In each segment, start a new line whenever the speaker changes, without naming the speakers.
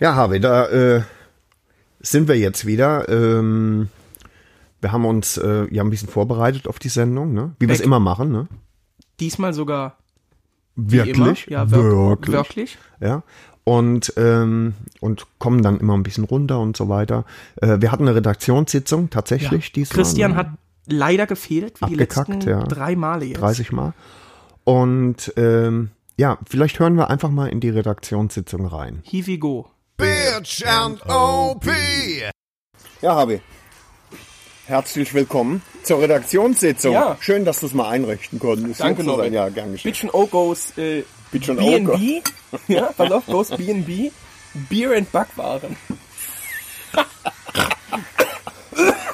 Ja, Harvey, da äh, sind wir jetzt wieder. Ähm, wir haben uns äh, ja ein bisschen vorbereitet auf die Sendung, ne? wie wir es
Echt?
immer machen. Ne?
Diesmal sogar wie
Wirklich?
Immer. Ja, wirklich.
wirklich.
wirklich.
Ja. Und, ähm, und kommen dann immer ein bisschen runter und so weiter. Äh, wir hatten eine Redaktionssitzung
Ja.
tatsächlich diesmal.
Christian
ne?
hat leider gefehlt, wie
Abgekackt,
die letzten
ja.
drei Male jetzt.
30 Mal. Und ähm, ja, vielleicht hören wir einfach mal in die Redaktionssitzung rein.
Here we go.
Bitch and OP.
Ja, Habi. Herzlich willkommen zur Redaktionssitzung.
Ja.
Schön, dass du es mal einrichten konntest.
Danke,
Sozusagen.
Norbert.
Ja, gern geschehen.
Bitchin' O goes äh,
Bitchin' O goes.
B&B. Ja, pass auf, goes B&B. Beer and Backwaren.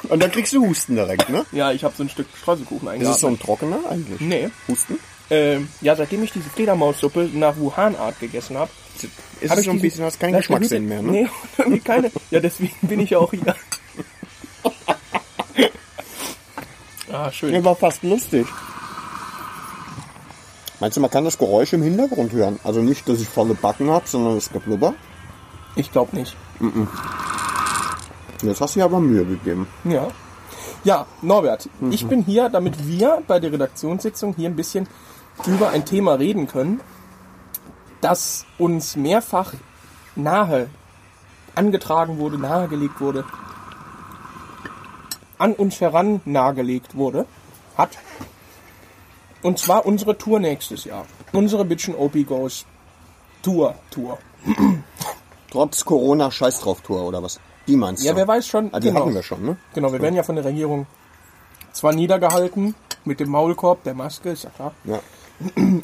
Und da kriegst du Husten direkt, ne?
Ja, ich habe so ein Stück Streuselkuchen
Ist es so
eingeatmet.
ein trockener eigentlich?
Nee.
Husten?
Ähm, ja, seitdem ich diese Fledermaussuppe nach Wuhan-Art gegessen habe,
Ist
Hab
es
ich
so ein
diesen-
bisschen, hast keinen
Ja,
Geschmackssinn mehr, ne?
irgendwie- Nee, irgendwie keine. Ja, deswegen bin ich ja auch hier. ah, schön.
Nee, war fast lustig. Meinst du, man kann das Geräusch im Hintergrund hören? Also nicht, dass ich volle Backen habe, sondern das Geblubber.
Ich glaube nicht.
Jetzt hast du dir aber Mühe gegeben.
Ja. Ja, Norbert,
Mhm.
ich bin hier, damit wir bei der Redaktionssitzung hier ein bisschen über ein Thema reden können, das uns mehrfach nahe angetragen wurde, nahegelegt wurde, an uns heran nahegelegt wurde, hat. Und zwar unsere Tour nächstes Jahr. Unsere Bitchen OP Goes Tour, Tour.
Trotz Corona Scheiß drauf Tour oder was? Die meinst
Ja,
du?
wer weiß schon.
Ah, die hatten wir schon, ne?
Genau, wir werden ja von der Regierung zwar niedergehalten mit dem Maulkorb, der Maske, ist ja klar,
Ja.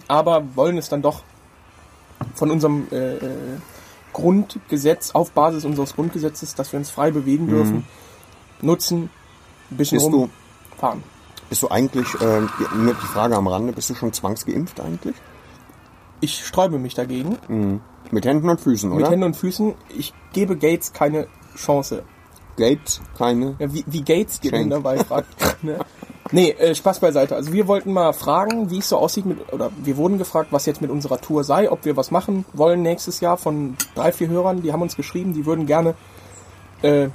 aber wollen es dann doch von unserem äh, äh, Grundgesetz, auf Basis unseres Grundgesetzes, dass wir uns frei bewegen dürfen, nutzen, ein bisschen
Mhm. Bist du-
rumfahren.
Bist du eigentlich, äh, die- nur die Frage am Rande, bist du schon zwangsgeimpft eigentlich?
Ich sträube mich dagegen.
Mit Händen und Füßen,
Mit
oder?
Händen und Füßen, ich gebe Gates keine Chance.
Gates, keine.
Ja, wie, wie Gates dir denn
Schenkt.
dabei fragt. ne? Nee, äh, Spaß beiseite. Also wir wollten mal fragen, wie es so aussieht mit, oder wir wurden gefragt, was jetzt mit unserer Tour sei, ob wir was machen wollen nächstes Jahr von drei, vier Hörern. Die haben uns geschrieben, die würden gerne, äh,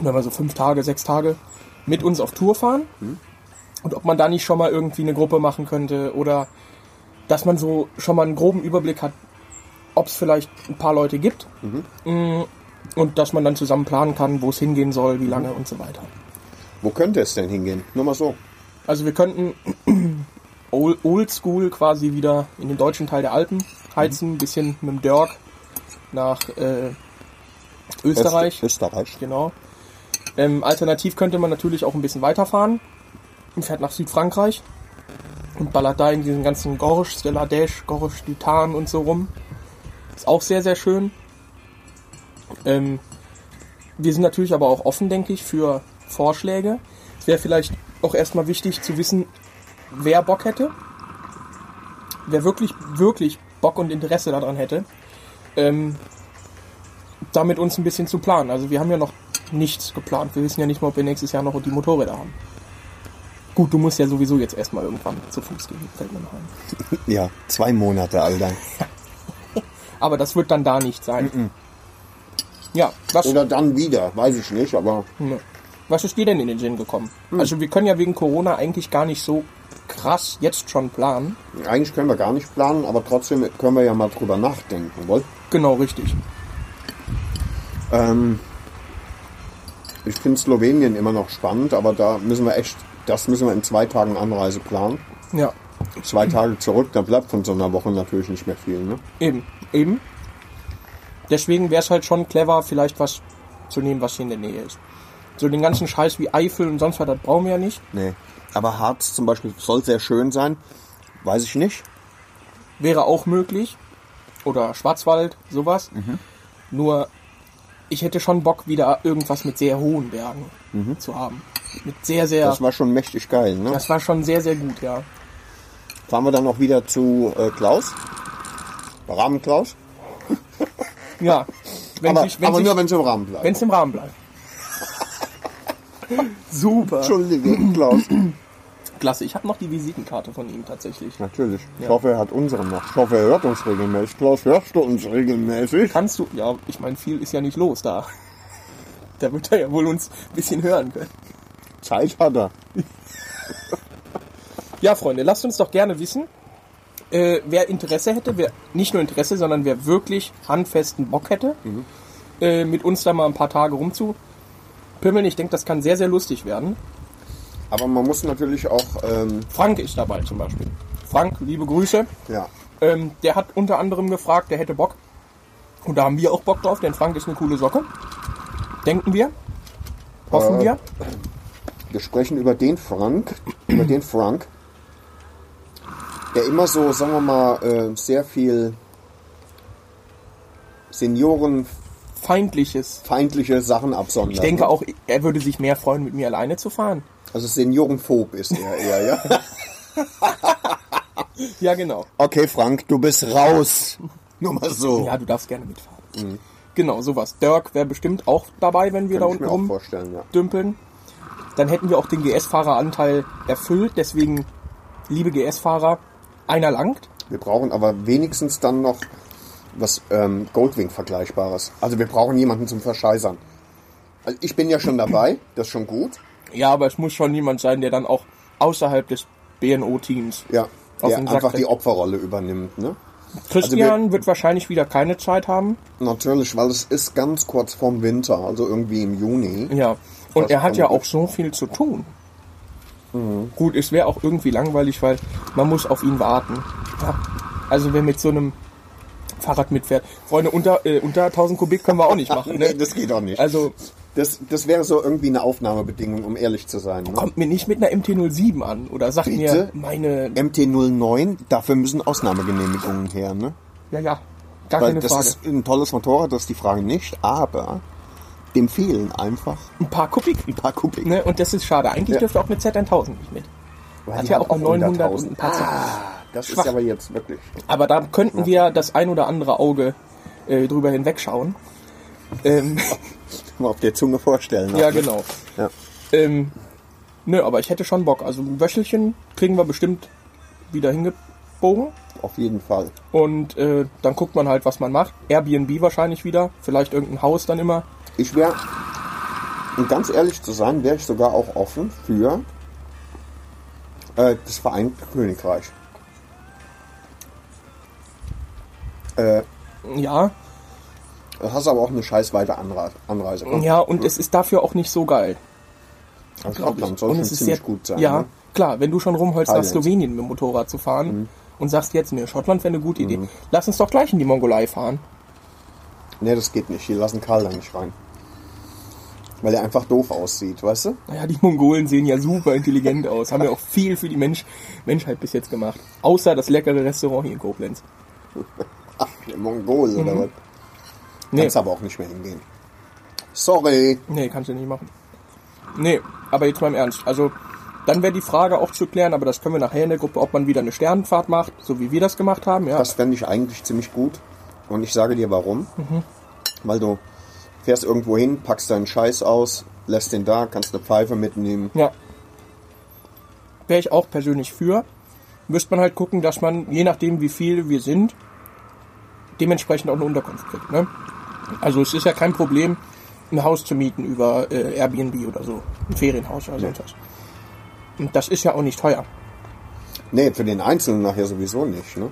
wenn wir so fünf Tage, sechs Tage mit uns auf Tour fahren. Und ob man da nicht schon mal irgendwie eine Gruppe machen könnte oder dass man so schon mal einen groben Überblick hat, ob es vielleicht ein paar Leute gibt. Mm, Und dass man dann zusammen planen kann, wo es hingehen soll, wie lange und so weiter.
Wo könnte es denn hingehen? Nur mal so.
Also wir könnten old, old School quasi wieder in den deutschen Teil der Alpen heizen, ein bisschen mit dem Dirk nach äh, Österreich.
Öst- Österreich.
Genau. Ähm, alternativ könnte man natürlich auch ein bisschen weiterfahren und fährt nach Südfrankreich und ballert da in diesen ganzen Gorsch, Stelladèche, Gorsch, Dutan und so rum. Ist auch sehr, sehr schön. Ähm, wir sind natürlich aber auch offen, denke ich, für Vorschläge. Es wäre vielleicht auch erstmal wichtig zu wissen, wer Bock hätte. Wer wirklich, wirklich Bock und Interesse daran hätte. Ähm, damit uns ein bisschen zu planen. Also wir haben ja noch nichts geplant. Wir wissen ja nicht mal, ob wir nächstes Jahr noch die Motorräder haben. Gut, du musst ja sowieso jetzt erstmal irgendwann zu Fuß gehen, fällt mir noch ein.
Ja, zwei Monate, Alter.
Aber das wird dann da nicht sein. Ja, was,
Oder dann wieder, weiß ich nicht, aber
ne. was ist dir denn in den Sinn gekommen? Also wir können ja wegen Corona eigentlich gar nicht so krass jetzt schon planen.
eigentlich können wir gar nicht planen, aber trotzdem können wir ja mal drüber nachdenken, wohl?
Genau, richtig.
Ähm, ich finde Slowenien immer noch spannend, aber da müssen wir echt, das müssen wir in zwei Tagen Anreise planen.
Ja,
Zwei Tage zurück, da bleibt von so einer Woche natürlich nicht mehr viel, ne?
eben, eben. Deswegen wäre es halt schon clever, vielleicht was zu nehmen, was hier in der Nähe ist. So den ganzen Scheiß wie Eifel und sonst was, das brauchen wir ja nicht.
Nee. Aber Harz zum Beispiel soll sehr schön sein. Weiß ich nicht.
wäre auch möglich. Oder Schwarzwald, sowas.
Mhm.
Nur, ich hätte schon Bock, wieder irgendwas mit sehr hohen Bergen zu haben. Mit sehr, sehr.
Mhm. Das war schon mächtig geil, ne?
das war schon sehr, sehr gut, ja.
Fahren wir dann auch wieder zu äh, Klaus? Rahmen Klaus?
Ja. Wenn
aber
sich- wenn
aber
sich-
nur, wenn es im Rahmen bleibt.
wenn es im Rahmen bleibt. Super.
Entschuldige, Klaus.
klasse. Ich habe noch die Visitenkarte von ihm tatsächlich.
Natürlich. Ich hoffe, er hat unseren noch. Ich hoffe, er hört uns regelmäßig. Klaus, hörst du uns regelmäßig?
Kannst du, ja, ich meine, viel ist ja nicht los da. Da wird er ja wohl uns ein bisschen hören können.
Zeit hat er.
Ja, Freunde, lasst uns doch gerne wissen, äh, wer Interesse hätte, wer nicht nur Interesse, sondern wer wirklich handfesten Bock hätte, äh, mit uns da mal ein paar Tage rumzupimmeln. Ich denke, das kann sehr, sehr lustig werden.
Aber man muss natürlich auch, ähm,
Frank ist dabei zum Beispiel. Frank, liebe Grüße.
ja,
Ähm, der hat unter anderem gefragt, der hätte Bock. Und da haben wir auch Bock drauf, denn Frank ist eine coole Socke. Denken wir. Hoffen
Äh,
wir.
wir sprechen über den Frank, über den Frank, der immer so, sagen wir mal, äh, sehr viel seniorenfeindliche
Feindliches.
Sachen absondert.
Ich denke
ne?
auch, er würde sich mehr freuen, mit mir alleine zu fahren.
Also seniorenphob ist er eher, ja.
Ja, genau.
Okay, Frank, du bist raus. Nur mal so.
Ja, du darfst gerne mitfahren. Genau, sowas. Dirk wäre bestimmt auch dabei, wenn wir
Mhm. Kann
da
ich
unten
mir auch
rumdümpeln.
vorstellen, ja.
Dann hätten wir auch den GS-Fahreranteil erfüllt. Deswegen, liebe GS-Fahrer, einer langt.
Wir brauchen aber wenigstens dann noch was ähm, Goldwing-Vergleichbares. Also wir brauchen jemanden zum Verscheißern. Also ich bin ja schon dabei, das ist schon gut.
Ja, aber es muss schon jemand sein, der dann auch außerhalb des BNO-Teams
Ja,
Auf
der
den Sack
einfach die
kriegt.
Opferrolle übernimmt. Ne?
Christian
Also
wird wahrscheinlich wieder keine Zeit haben.
Natürlich, weil es ist ganz kurz vorm Winter, also irgendwie im Juni.
Ja. Und
Das
er hat
kann
ja
gut.
auch so viel zu tun. Gut, es wäre auch irgendwie langweilig, weil man muss auf ihn warten. Ja. Also wer mit so einem Fahrrad mitfährt. Freunde, unter, äh, unter 1000 Kubik können wir auch nicht machen.
Nee,
Ne?
das geht auch nicht.
Also
Das, das wäre so irgendwie eine Aufnahmebedingung, um ehrlich zu sein. Ne?
kommt mir nicht mit einer MT-07 an oder sagt
Bitte?
mir meine...
MT-09, dafür müssen Ausnahmegenehmigungen her. Ne?
Ja, ja, gar
Weil
keine
das
Frage.
ist ein tolles Motorrad, das ist die Frage nicht, aber dem fehlen einfach
Ein paar Kubik.
ein paar Kubik.
Ne? Und das ist schade. Eigentlich
Ja.
dürfte auch eine Z1000 nicht mit.
Weil
Hat
die
ja
haben Ah,
auch eine 900 und
100.000.
ein paar Z.
Das
Schwach.
ist aber jetzt wirklich.
Aber da könnten wir das ein oder andere Auge äh, drüber hinwegschauen. Ähm,
Mal auf der Zunge vorstellen. ne?
ja, genau.
Ja.
Ähm, nö, aber ich hätte schon Bock. Also ein Wäschelchen kriegen wir bestimmt wieder hingebogen.
Auf jeden Fall.
Und äh, dann guckt man halt, was man macht. Airbnb wahrscheinlich wieder. Vielleicht irgendein Haus dann immer.
Ich wäre, um ganz ehrlich zu sein, wäre ich sogar auch offen für äh, das Vereinigte Königreich. Äh,
Ja,
das hast aber auch eine scheiß weite Anra Anreise. ne?
ja, und es ist dafür auch nicht so geil.
das
glaub ich.
Schottland Also soll schon ziemlich
sehr-
gut sein.
Ja,
ne?
klar, wenn du schon rumholst, nach
Thailand. Mhm.
Slowenien mit dem Motorrad zu fahren und sagst jetzt, nee, Schottland wäre eine gute Idee. Lass uns doch gleich in die Mongolei fahren.
Nee, das geht nicht. Die lassen Karl da nicht rein. Weil er einfach doof aussieht, weißt du?
Naja, die Mongolen sehen ja super intelligent aus, haben ja auch viel für die Mensch Menschheit bis jetzt gemacht. Außer das leckere Restaurant hier in Koblenz.
Ach, der Mongol oder was?
Mhm. Nee,
Kannst aber auch nicht mehr hingehen. Sorry.
nee, kannst du nicht machen. Nee, aber jetzt mal im Ernst. Also, dann wäre die Frage auch zu klären, aber das können wir nachher in der Gruppe, ob man wieder eine Sternenfahrt macht, so wie wir das gemacht haben. Ja,
Das fände ich eigentlich ziemlich gut. Und ich sage dir warum.
Mhm.
Weil du fährst irgendwo hin, packst deinen Scheiß aus, lässt den da, kannst eine Pfeife mitnehmen.
ja. wäre ich auch persönlich für. Müsste man halt gucken, dass man, je nachdem wie viel wir sind, dementsprechend auch eine Unterkunft kriegt. Ne? Also es ist ja kein Problem, ein Haus zu mieten über äh, Airbnb oder so. Ein Ferienhaus oder sonst was. Und das ist ja auch nicht teuer.
Nee, für den Einzelnen nachher sowieso nicht. Ne?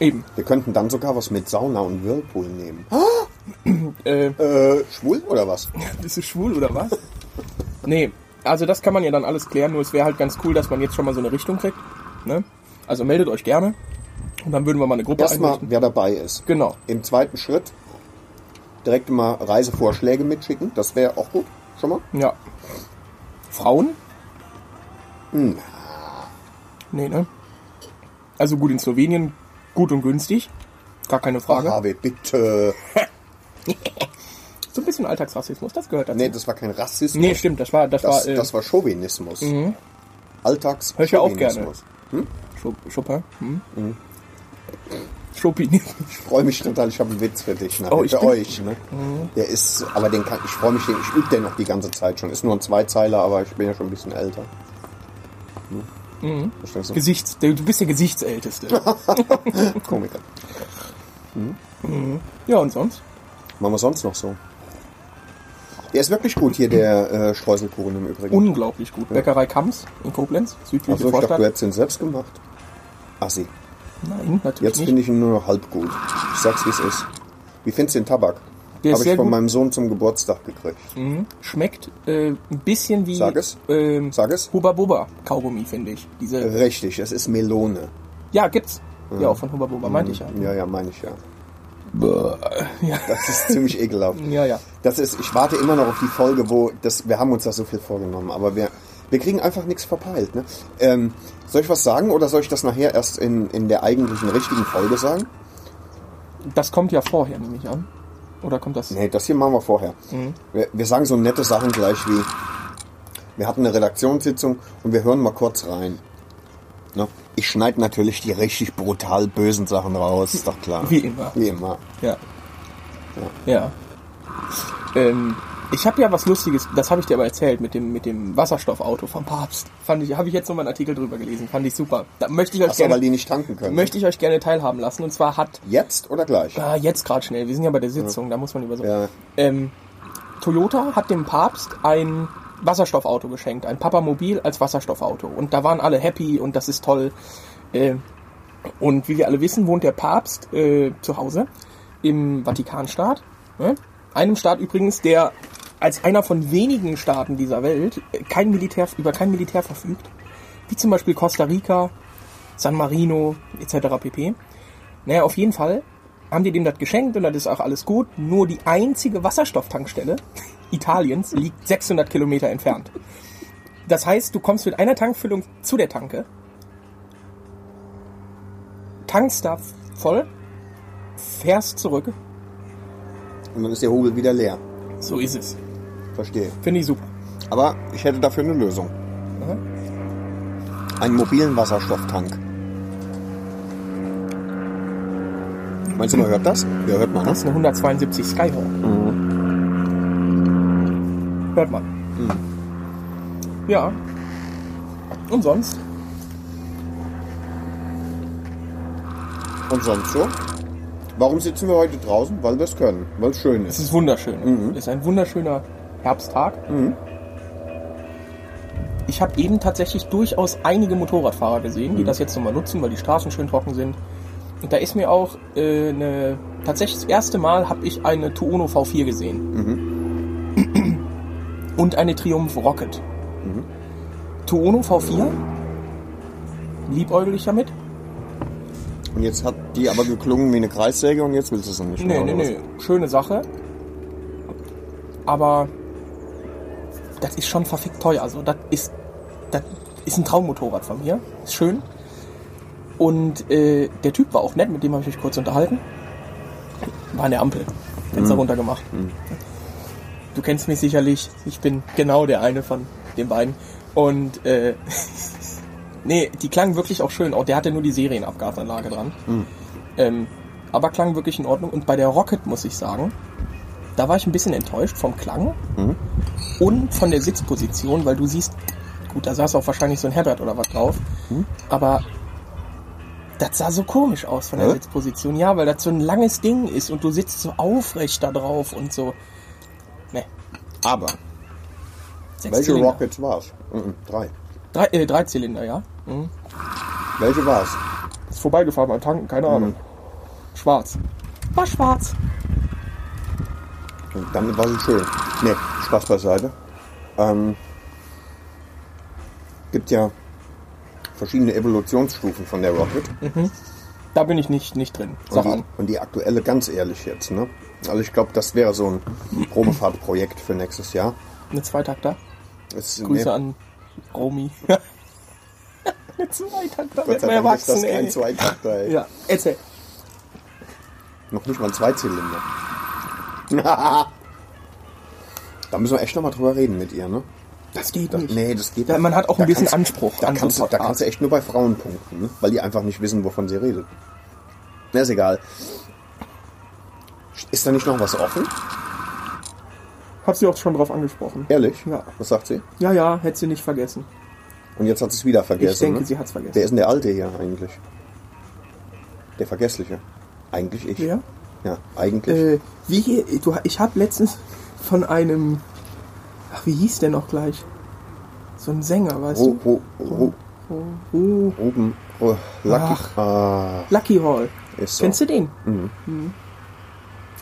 Eben.
Wir könnten dann sogar was mit Sauna und Whirlpool nehmen.
Ah! Äh,
Äh, schwul oder was?
bist du schwul oder was? nee, also das kann man ja dann alles klären, nur es wäre halt ganz cool, dass man jetzt schon mal so eine Richtung kriegt. Ne? Also meldet euch gerne. Und dann würden wir mal eine Gruppe
Erstmal,
einrichten.
wer dabei ist.
Genau.
Im zweiten Schritt direkt mal Reisevorschläge mitschicken. Das wäre auch gut. Schon mal?
Ja. Frauen?
Hm.
Nee, ne? Also gut, in Slowenien gut und günstig. Gar keine Frage.
David, bitte.
So ein bisschen Alltagsrassismus, das gehört dazu.
Nee,
Nee,
das war kein Rassismus.
stimmt, das war, das,
Das,
war, äh, Mhm.
das war Chauvinismus. Alltags
Hör ich ja auch gerne.
Chauvinismus.
Scho- Chopin. Hm? Chopin.
Ich freue mich total, ich habe einen Witz für dich, ne?
Oh, ich
für
bin- Mhm.
euch. Ne? Der ist, aber den kann, ich freue mich, den, ich übe den noch die ganze Zeit schon. Ist nur ein Zweizeiler, aber ich bin ja schon ein bisschen älter.
Mhm.
Verstehst Hm? du?
Gesichts, du bist der Gesichtsälteste.
Komiker.
ja, und sonst?
Machen wir sonst noch so? Der ist wirklich gut hier, der äh, Streuselkuchen im Übrigen.
Unglaublich gut. Bäckerei Kamms in Koblenz, südliche
also ich dachte,
Vorstadt.
du hättest ihn selbst gemacht. Assi.
Nein, natürlich
Jetzt
nicht.
finde ich ihn nur noch halb gut. Ich sag's, wie es ist. Wie findest du den Tabak?
Der ist
Habe ich
sehr gut.
von
Hm.
meinem Sohn zum Geburtstag gekriegt.
Schmeckt äh, ein bisschen wie
Sag es.
Ähm,
Sag es.
Huba Buba Kaugummi, finde ich. Diese,
Richtig, es ist Melone.
ja, gibt's. Ja, auch von Huba Buba, meinte ich ja.
Ja, ja, meine ich ja.
Bäh. Ja,
Das ist ziemlich ekelhaft.
ja. ja.
Das ist, ich warte immer noch auf die Folge, wo das, wir haben uns da so viel vorgenommen, aber wir, wir kriegen einfach nichts verpeilt. Ne? Ähm, soll ich was sagen oder soll ich das nachher erst in, in der eigentlichen richtigen Folge sagen?
Das kommt ja vorher, nehme ich an. Oder kommt das?
Nee, das hier machen wir vorher.
Mhm.
Wir, wir sagen so nette Sachen gleich wie, wir hatten eine Redaktionssitzung und wir hören mal kurz rein. Ne? Ich schneide natürlich die richtig brutal bösen Sachen raus, ist doch klar.
Wie immer.
Wie immer.
Ja. Ja. Ähm, ich habe ja was Lustiges, das habe ich dir aber erzählt, mit dem, mit dem Wasserstoffauto vom Papst. Fand ich, habe ich jetzt nochmal einen Artikel drüber gelesen, fand ich super. Da möchte ich euch,
Achso, weil
gerne,
die nicht tanken können.
möchte ich euch gerne teilhaben lassen. Und zwar hat,
Jetzt oder gleich?
ah, jetzt gerade schnell, wir sind ja bei der Sitzung, da muss man über so.
Ja.
Ähm, Toyota hat dem Papst ein Wasserstoffauto geschenkt, ein Papamobil als Wasserstoffauto. Und da waren alle happy und das ist toll. Äh, und wie wir alle wissen, wohnt der Papst äh, zu Hause im Vatikanstaat. Ne? Einem Staat übrigens, der als einer von wenigen Staaten dieser Welt äh, kein Militär, über kein Militär verfügt. Wie zum Beispiel Costa Rica, San Marino etc. pp. Naja, auf jeden Fall haben die dem das geschenkt und das ist auch alles gut. Nur die einzige Wasserstofftankstelle Italiens liegt 600 Kilometer entfernt. Das heißt, du kommst mit einer Tankfüllung zu der Tanke, tankst da voll, fährst zurück.
Und dann ist der Hobel wieder leer.
So ist es.
Verstehe.
Finde ich super.
Aber ich hätte dafür eine Lösung. Einen mobilen Wasserstofftank. Meinst du, man hört das? Ja, hört man
Das ist
das.
eine 172 Skyhawk. Hört man. Ja. Und sonst?
Und sonst so? Warum sitzen wir heute draußen? Weil wir es können. Weil es schön
Es
ist.
ist wunderschön. Es ist ein wunderschöner Herbsttag. Ich habe eben tatsächlich durchaus einige Motorradfahrer gesehen, die das jetzt nochmal nutzen, weil die Straßen schön trocken sind. Und da ist mir auch äh, eine, tatsächlich das erste Mal habe ich eine Tuono V4 gesehen. Und eine Triumph Rocket. Tuono V4, liebäugel ich damit?
Und jetzt hat die aber geklungen wie eine Kreissäge und jetzt willst du es noch nicht
Nee,
oder
nee,
was?
nee. Schöne Sache. Aber das ist schon verfickt teuer. Also das ist, das ist ein Traummotorrad von mir. Ist schön. Und äh, der Typ war auch nett, mit dem habe ich mich kurz unterhalten. War an der Ampel.
Mhm.
Fenster runtergemacht. Du kennst mich sicherlich. Ich bin genau der eine von den beiden. Und äh, nee, die klangen wirklich auch schön. Auch der hatte nur die Serienabgasanlage dran. Ähm, aber klang wirklich in Ordnung. Und bei der Rocket muss ich sagen, da war ich ein bisschen enttäuscht vom Klang und von der Sitzposition, weil du siehst, gut, da saß auch wahrscheinlich so ein Herbert oder was drauf, aber das sah so komisch aus von der
Hä?
Sitzposition. Ja, weil das so ein langes Ding ist und du sitzt so aufrecht da drauf und so. Ne,
Aber,
sechs
welche
Zylinder.
Rockets war's? Mhm, drei.
Drei, äh, drei Zylinder, ja. Mhm.
Welche war's?
Ist vorbeigefahren beim Tanken, keine Ahnung. Mhm. Schwarz. War schwarz.
Und damit war sie schön. Nee, Spaß beiseite. Ähm, gibt ja verschiedene Evolutionsstufen von der Rocket.
Da bin ich nicht, nicht drin. Sag
Und
an.
die, und die aktuelle ganz ehrlich jetzt. Ne? Also ich glaube, das wäre so ein Probefahrtprojekt für nächstes Jahr.
Eine Zweitakter.
Es,
Grüße an Romy. Eine Zweitakter.
Gott
Wird
sei
man
Dank ist das
erwachsen,
kein
ey.
Zweitakter. ey.
Ja, erzähl.
Noch nicht mal ein Zweizylinder. da müssen wir echt nochmal drüber reden mit ihr. Ne?
Das geht
Das,
nicht.
nee, das geht
Ja, man hat auch ein bisschen
kannst-
Anspruch
Da
an so
kannst, du, da
Podcasts.
kannst du echt nur bei Frauen punkten, ne? weil die einfach nicht wissen, wovon sie redet. Na, ist egal. Ist da nicht noch was offen?
Hab sie auch schon drauf angesprochen.
Ehrlich?
Ja.
Was sagt sie?
Ja, ja, hätte sie nicht vergessen.
Und jetzt hat sie es wieder vergessen.
Ich denke,
ne?
sie hat's vergessen.
Wer ist denn der Alte hier eigentlich? Der Vergessliche. Eigentlich ich.
Ja?
Ja, eigentlich.
Äh, wie, hier- du, ich habe letztens von einem, ach, wie hieß der noch gleich? So ein Sänger, weißt
Ru,
du?
Ru, Ru,
Uh,
Ruben. Ru, Lucky.
Ach.
Ah,
Lucky Hall.
ist so. Hm.
Kennst du den?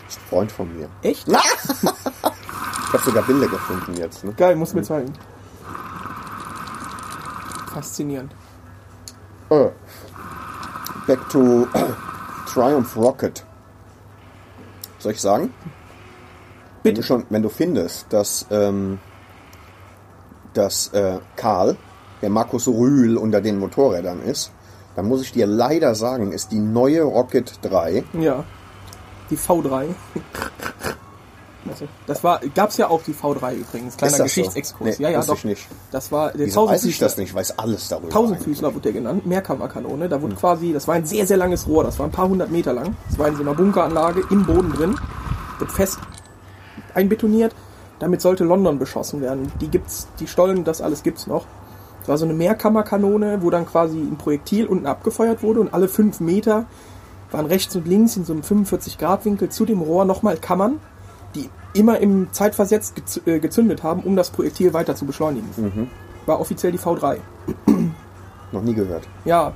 Ist ein Freund von mir.
Echt?
Ich habe sogar Bilder gefunden jetzt. Ne?
Geil, muss mir zeigen. Faszinierend.
Äh, Back to Triumph Rocket. Soll ich sagen? Wenn du,
Bitte.
schon, wenn du findest, dass, ähm, dass äh, Karl, der Markus Rühl unter den Motorrädern ist, dann muss ich dir leider sagen, ist die neue Rocket 3
Ja. Die V3. Also, Das war, gab's ja auch die V3 übrigens. Kleiner
Ist das
Geschichtsexkurs.
so?
ja, ja,
wusste
doch.
Ich nicht.
Das war der
Wieso weiß ich
Tausendfüßler.
das nicht? Ich weiß alles darüber.
Tausendfüßler wurde der genannt, Mehrkammerkanone. Da wurde quasi, das war ein sehr, sehr langes Rohr, das war ein paar hundert Meter lang. Das war in so einer Bunkeranlage im Boden drin, wird fest einbetoniert. Damit sollte London beschossen werden. Die gibt's, die Stollen, das alles gibt's noch. Das war so eine Mehrkammerkanone, wo dann quasi ein Projektil unten abgefeuert wurde und alle fünf Meter waren rechts und links in so einem 45-Grad-Winkel zu dem Rohr nochmal Kammern, die immer im Zeitversetzt gez- äh, gezündet haben, um das Projektil weiter zu beschleunigen. War offiziell die V3
Eigentlich. Noch nie gehört.
ja,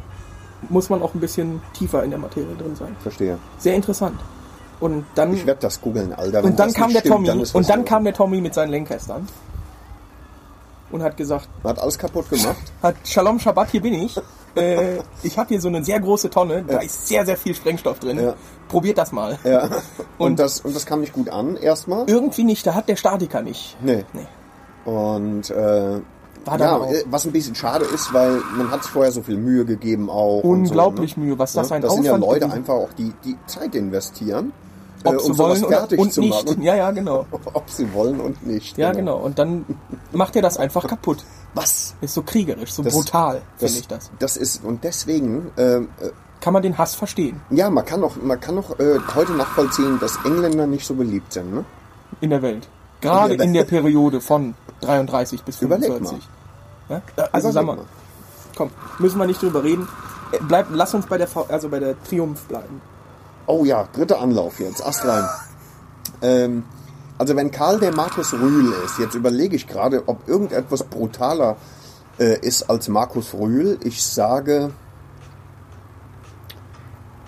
muss man auch ein bisschen tiefer in der Materie drin sein.
Verstehe.
Sehr interessant. Und dann,
Ich werde das googeln, Alter. wenn
und dann
das
kam
nicht
der
stimmt,
Tommy
dann ist was
und dann
los.
kam der Tommy mit seinen Lancastern und hat gesagt,
Hat alles kaputt gemacht.
hat Shalom Shabbat, hier bin ich. Äh, ich habe hier so eine sehr große Tonne, da ist sehr, sehr viel Sprengstoff drin.
Ja.
Probiert das mal.
Ja. Und,
Und-
das, und das kam nicht gut an, erstmal.
Irgendwie nicht, da hat der Statiker nicht.
Nee.
Nee.
Und äh,
War dann
ja,
auch-
äh, was ein bisschen schade ist, weil man hat sich vorher so viel Mühe gegeben auch. und
Unglaublich
so, Ne?
Mühe, was das ein
Das sind ne? ja
Aufwand
Leute
gewesen-
einfach auch, die, die Zeit investieren,
Ob
äh,
sie
um sowas
wollen oder,
fertig
und
zu
nicht.
machen.
Ja, ja, genau.
Ob sie wollen und nicht.
Ja, genau. Und dann macht er das einfach kaputt.
Was?
Ist so kriegerisch, so
Das-
brutal, finde ich das.
Das ist, und deswegen, äh, äh,
Kann man den Hass verstehen
ja, man kann noch, man kann noch äh, heute nachvollziehen, dass Engländer nicht so beliebt sind. Ne?
in der Welt. Gerade
In der
in der Periode von 33 bis
Überleg
45. Ja? Also
Überleg
sag mal,
mal.
komm, müssen wir nicht drüber reden. Äh, Bleib, lass uns bei der v also bei der Triumph bleiben.
Oh ja, dritter Anlauf jetzt, Astrein. ähm, also wenn Karl der Markus Rühl ist, jetzt überlege ich gerade, ob irgendetwas brutaler äh, ist als Markus Rühl. Ich sage...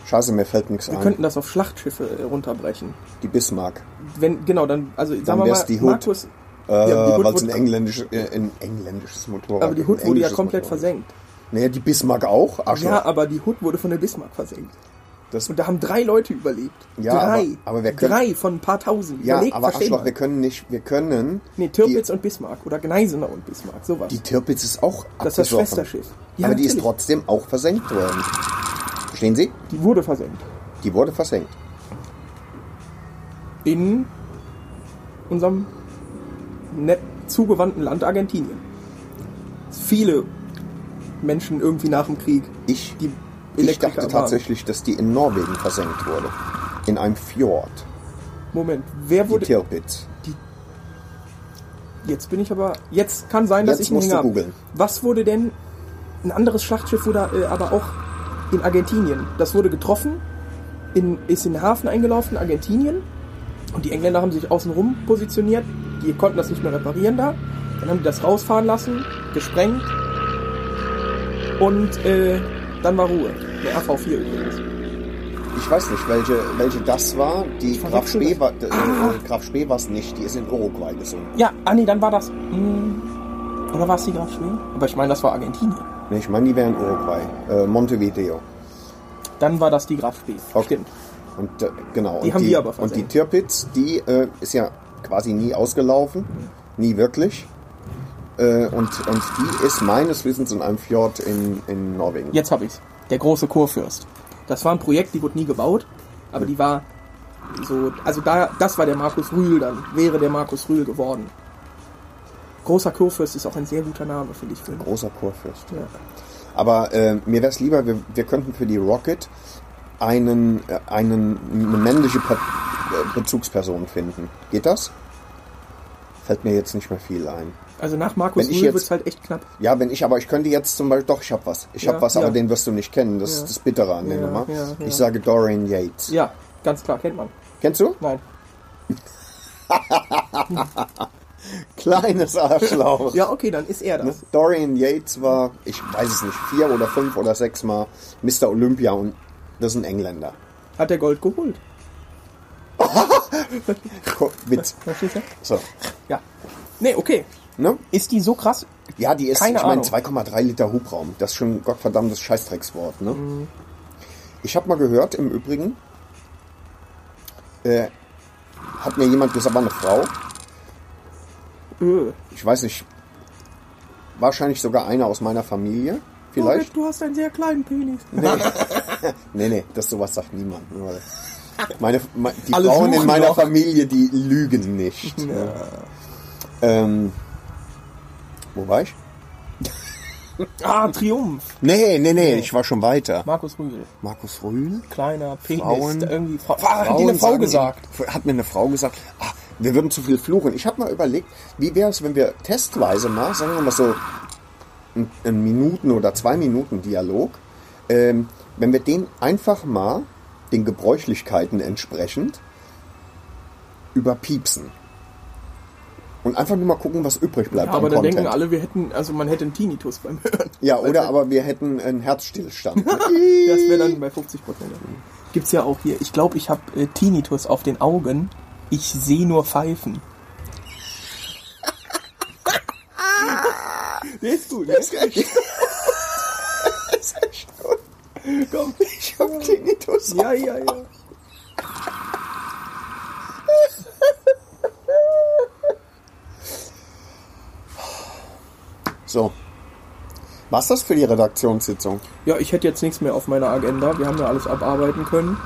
Scheiße, mir fällt nichts
Wir
ein.
könnten das auf Schlachtschiffe äh, runterbrechen.
Die Bismarck.
Wenn genau, dann also sagen wir
wär's
mal
die Hood.
Markus
Äh,
Ja, die Hood
Weil es ein,
wurde-
engländisch, äh, ein engländisches Motorrad
aber die
ist,
Hood wurde
ein
ja
englisches
komplett
Motorrad.
versenkt.
Naja, die Bismarck auch? Arschloch.
Ja, aber die Hood wurde von der Bismarck versenkt.
das,
Und da haben drei Leute überlebt.
Ja,
drei.
aber- aber wir können-
drei von ein paar tausend.
ja
Überlegt,
aber
verstehen
Arschloch,
wir.
wir können nicht... Wir können...
Nee, Tirpitz und Bismarck oder Gneisenau und Bismarck, sowas.
Die Tirpitz ist auch
Das ist das
abgesoffen.
Schwesterschiff.
Ja,
Ja,
aber die ist
natürlich.
trotzdem auch versenkt worden. Verstehen Sie?
Die wurde versenkt.
Die wurde versenkt.
In unserem nett zugewandten Land Argentinien. Viele Menschen irgendwie nach dem Krieg.
Ich,
Die
ich
Elektriker
dachte
waren-
tatsächlich, dass die in Norwegen versenkt wurde. In einem Fjord.
Moment, wer
Die
wurde.
Tirpitz.
Jetzt bin ich aber. Jetzt kann sein, dass
Jetzt
ich einen
musst
Hänger
du
hab.
googeln.
Was wurde denn. Ein anderes Schlachtschiff wurde äh, aber auch in Argentinien. Das wurde getroffen, in, ist in den Hafen eingelaufen, Argentinien. Und die Engländer haben sich außenrum positioniert. Die konnten das nicht mehr reparieren da. Dann haben die das rausfahren lassen, gesprengt. Und äh, dann war Ruhe. Der AV4 übrigens.
Ich weiß nicht, welche, welche das war. Die Graf
verwechsel
Spee
das.
war, äh, Graf Spee war es nicht. Die ist in Uruguay gesunken.
Ja, ah nee, dann war das. Hm, oder war es die Graf Schweden? Aber ich meine, das war Argentinien.
Nee, ich meine, die wäre in Uruguay. Äh, Montevideo.
Dann war das die Graf Spee.
Okay.
Stimmt.
Und äh, genau.
Die
und
haben
die
wir aber
Und die
versenkt.
Tirpitz, die äh, ist ja quasi nie ausgelaufen, nie wirklich. Äh, und, und die ist meines Wissens in einem Fjord in, in Norwegen.
Jetzt habe ich's. Der große Kurfürst. Das war ein Projekt, die wurde nie gebaut, aber die war so, also da, das war der Markus Rühl dann, wäre der Markus Rühl geworden. Großer Kurfürst ist auch ein sehr guter Name, finde ich. Für ihn.
Großer Kurfürst.
Ja.
Aber äh, mir wäre es lieber, wir, wir könnten für die Rocket einen, äh, einen, eine männliche Pa- äh, Bezugsperson finden. Geht das? Fällt mir jetzt nicht mehr viel ein.
Also nach Markus
Wenn ich
Rühl
jetzt-
wird es halt echt knapp.
Ja, wenn ich, aber ich könnte jetzt zum Beispiel, doch, ich habe was. Ich
Ja,
hab habe was,
ja.
aber den wirst du nicht kennen. Das
Ja.
ist das Bittere an der
Ja,
Nummer.
ja, ja.
Ich sage Dorian Yates.
Ja, ganz klar, kennt man.
Kennst du?
Nein.
Kleines Arschloch.
Ja, okay, dann ist er
Ne?
das.
Dorian Yates war, ich weiß es nicht, vier oder fünf oder sechs Mal Mr. Olympia und das ist ein Engländer.
Hat er Gold geholt.
Ko- Witz.
Verstehst du?
So.
Ja. Nee, okay.
Ne?
Ist die so krass?
Ja, die ist,
Keine
ich meine,
Ahnung.
2,3 Liter Hubraum. Das ist schon ein gottverdammtes Scheißdreckswort, ne? Ich habe mal gehört, im Übrigen, äh, hat mir jemand gesagt, aber eine Frau,
Öh.
ich weiß nicht, wahrscheinlich sogar einer aus meiner Familie, vielleicht.
Robert, du hast einen sehr kleinen Penis.
Nee, nee, das sowas sagt niemand. Nur- Meine, me- die
Alle
Frauen in
suchen
meiner
doch.
Familie, die lügen nicht. ne? Ähm, wo war ich?
Ah, Triumph.
Nee, nee, nee, ich war schon weiter.
Markus Rühl.
Markus Rühl?
Kleiner Penis.
Frauen-
da irgendwie Frau. Ah, hat die
Frauen
eine Frau
sagen-
gesagt?
Hat mir eine Frau gesagt, ah, wir würden zu viel fluchen. Ich habe mal überlegt, wie wäre es, wenn wir testweise mal, sagen wir mal so einen- einen Minuten- oder zwei Minuten Dialog, ähm, wenn wir den einfach mal den Gebräuchlichkeiten entsprechend überpiepsen. Und einfach nur mal gucken, was übrig bleibt.
Ja, aber
am
dann
Content.
denken alle, wir hätten, also man hätte einen Tinnitus beim Hören.
Ja, oder aber wir hätten einen Herzstillstand.
Das wäre dann bei 50 Prozent. Gibt's ja auch hier. Ich glaube, ich habe äh, Tinnitus auf den Augen. Ich sehe nur Pfeifen. Der ist gut, ne?
Das ist echt- das ist echt gut.
Komm.
Ich hab Tinnitus.
Ja, ja, ja.
So. Was das für die Redaktionssitzung?
Ja, ich hätte jetzt nichts mehr auf meiner Agenda. Wir haben ja alles abarbeiten können.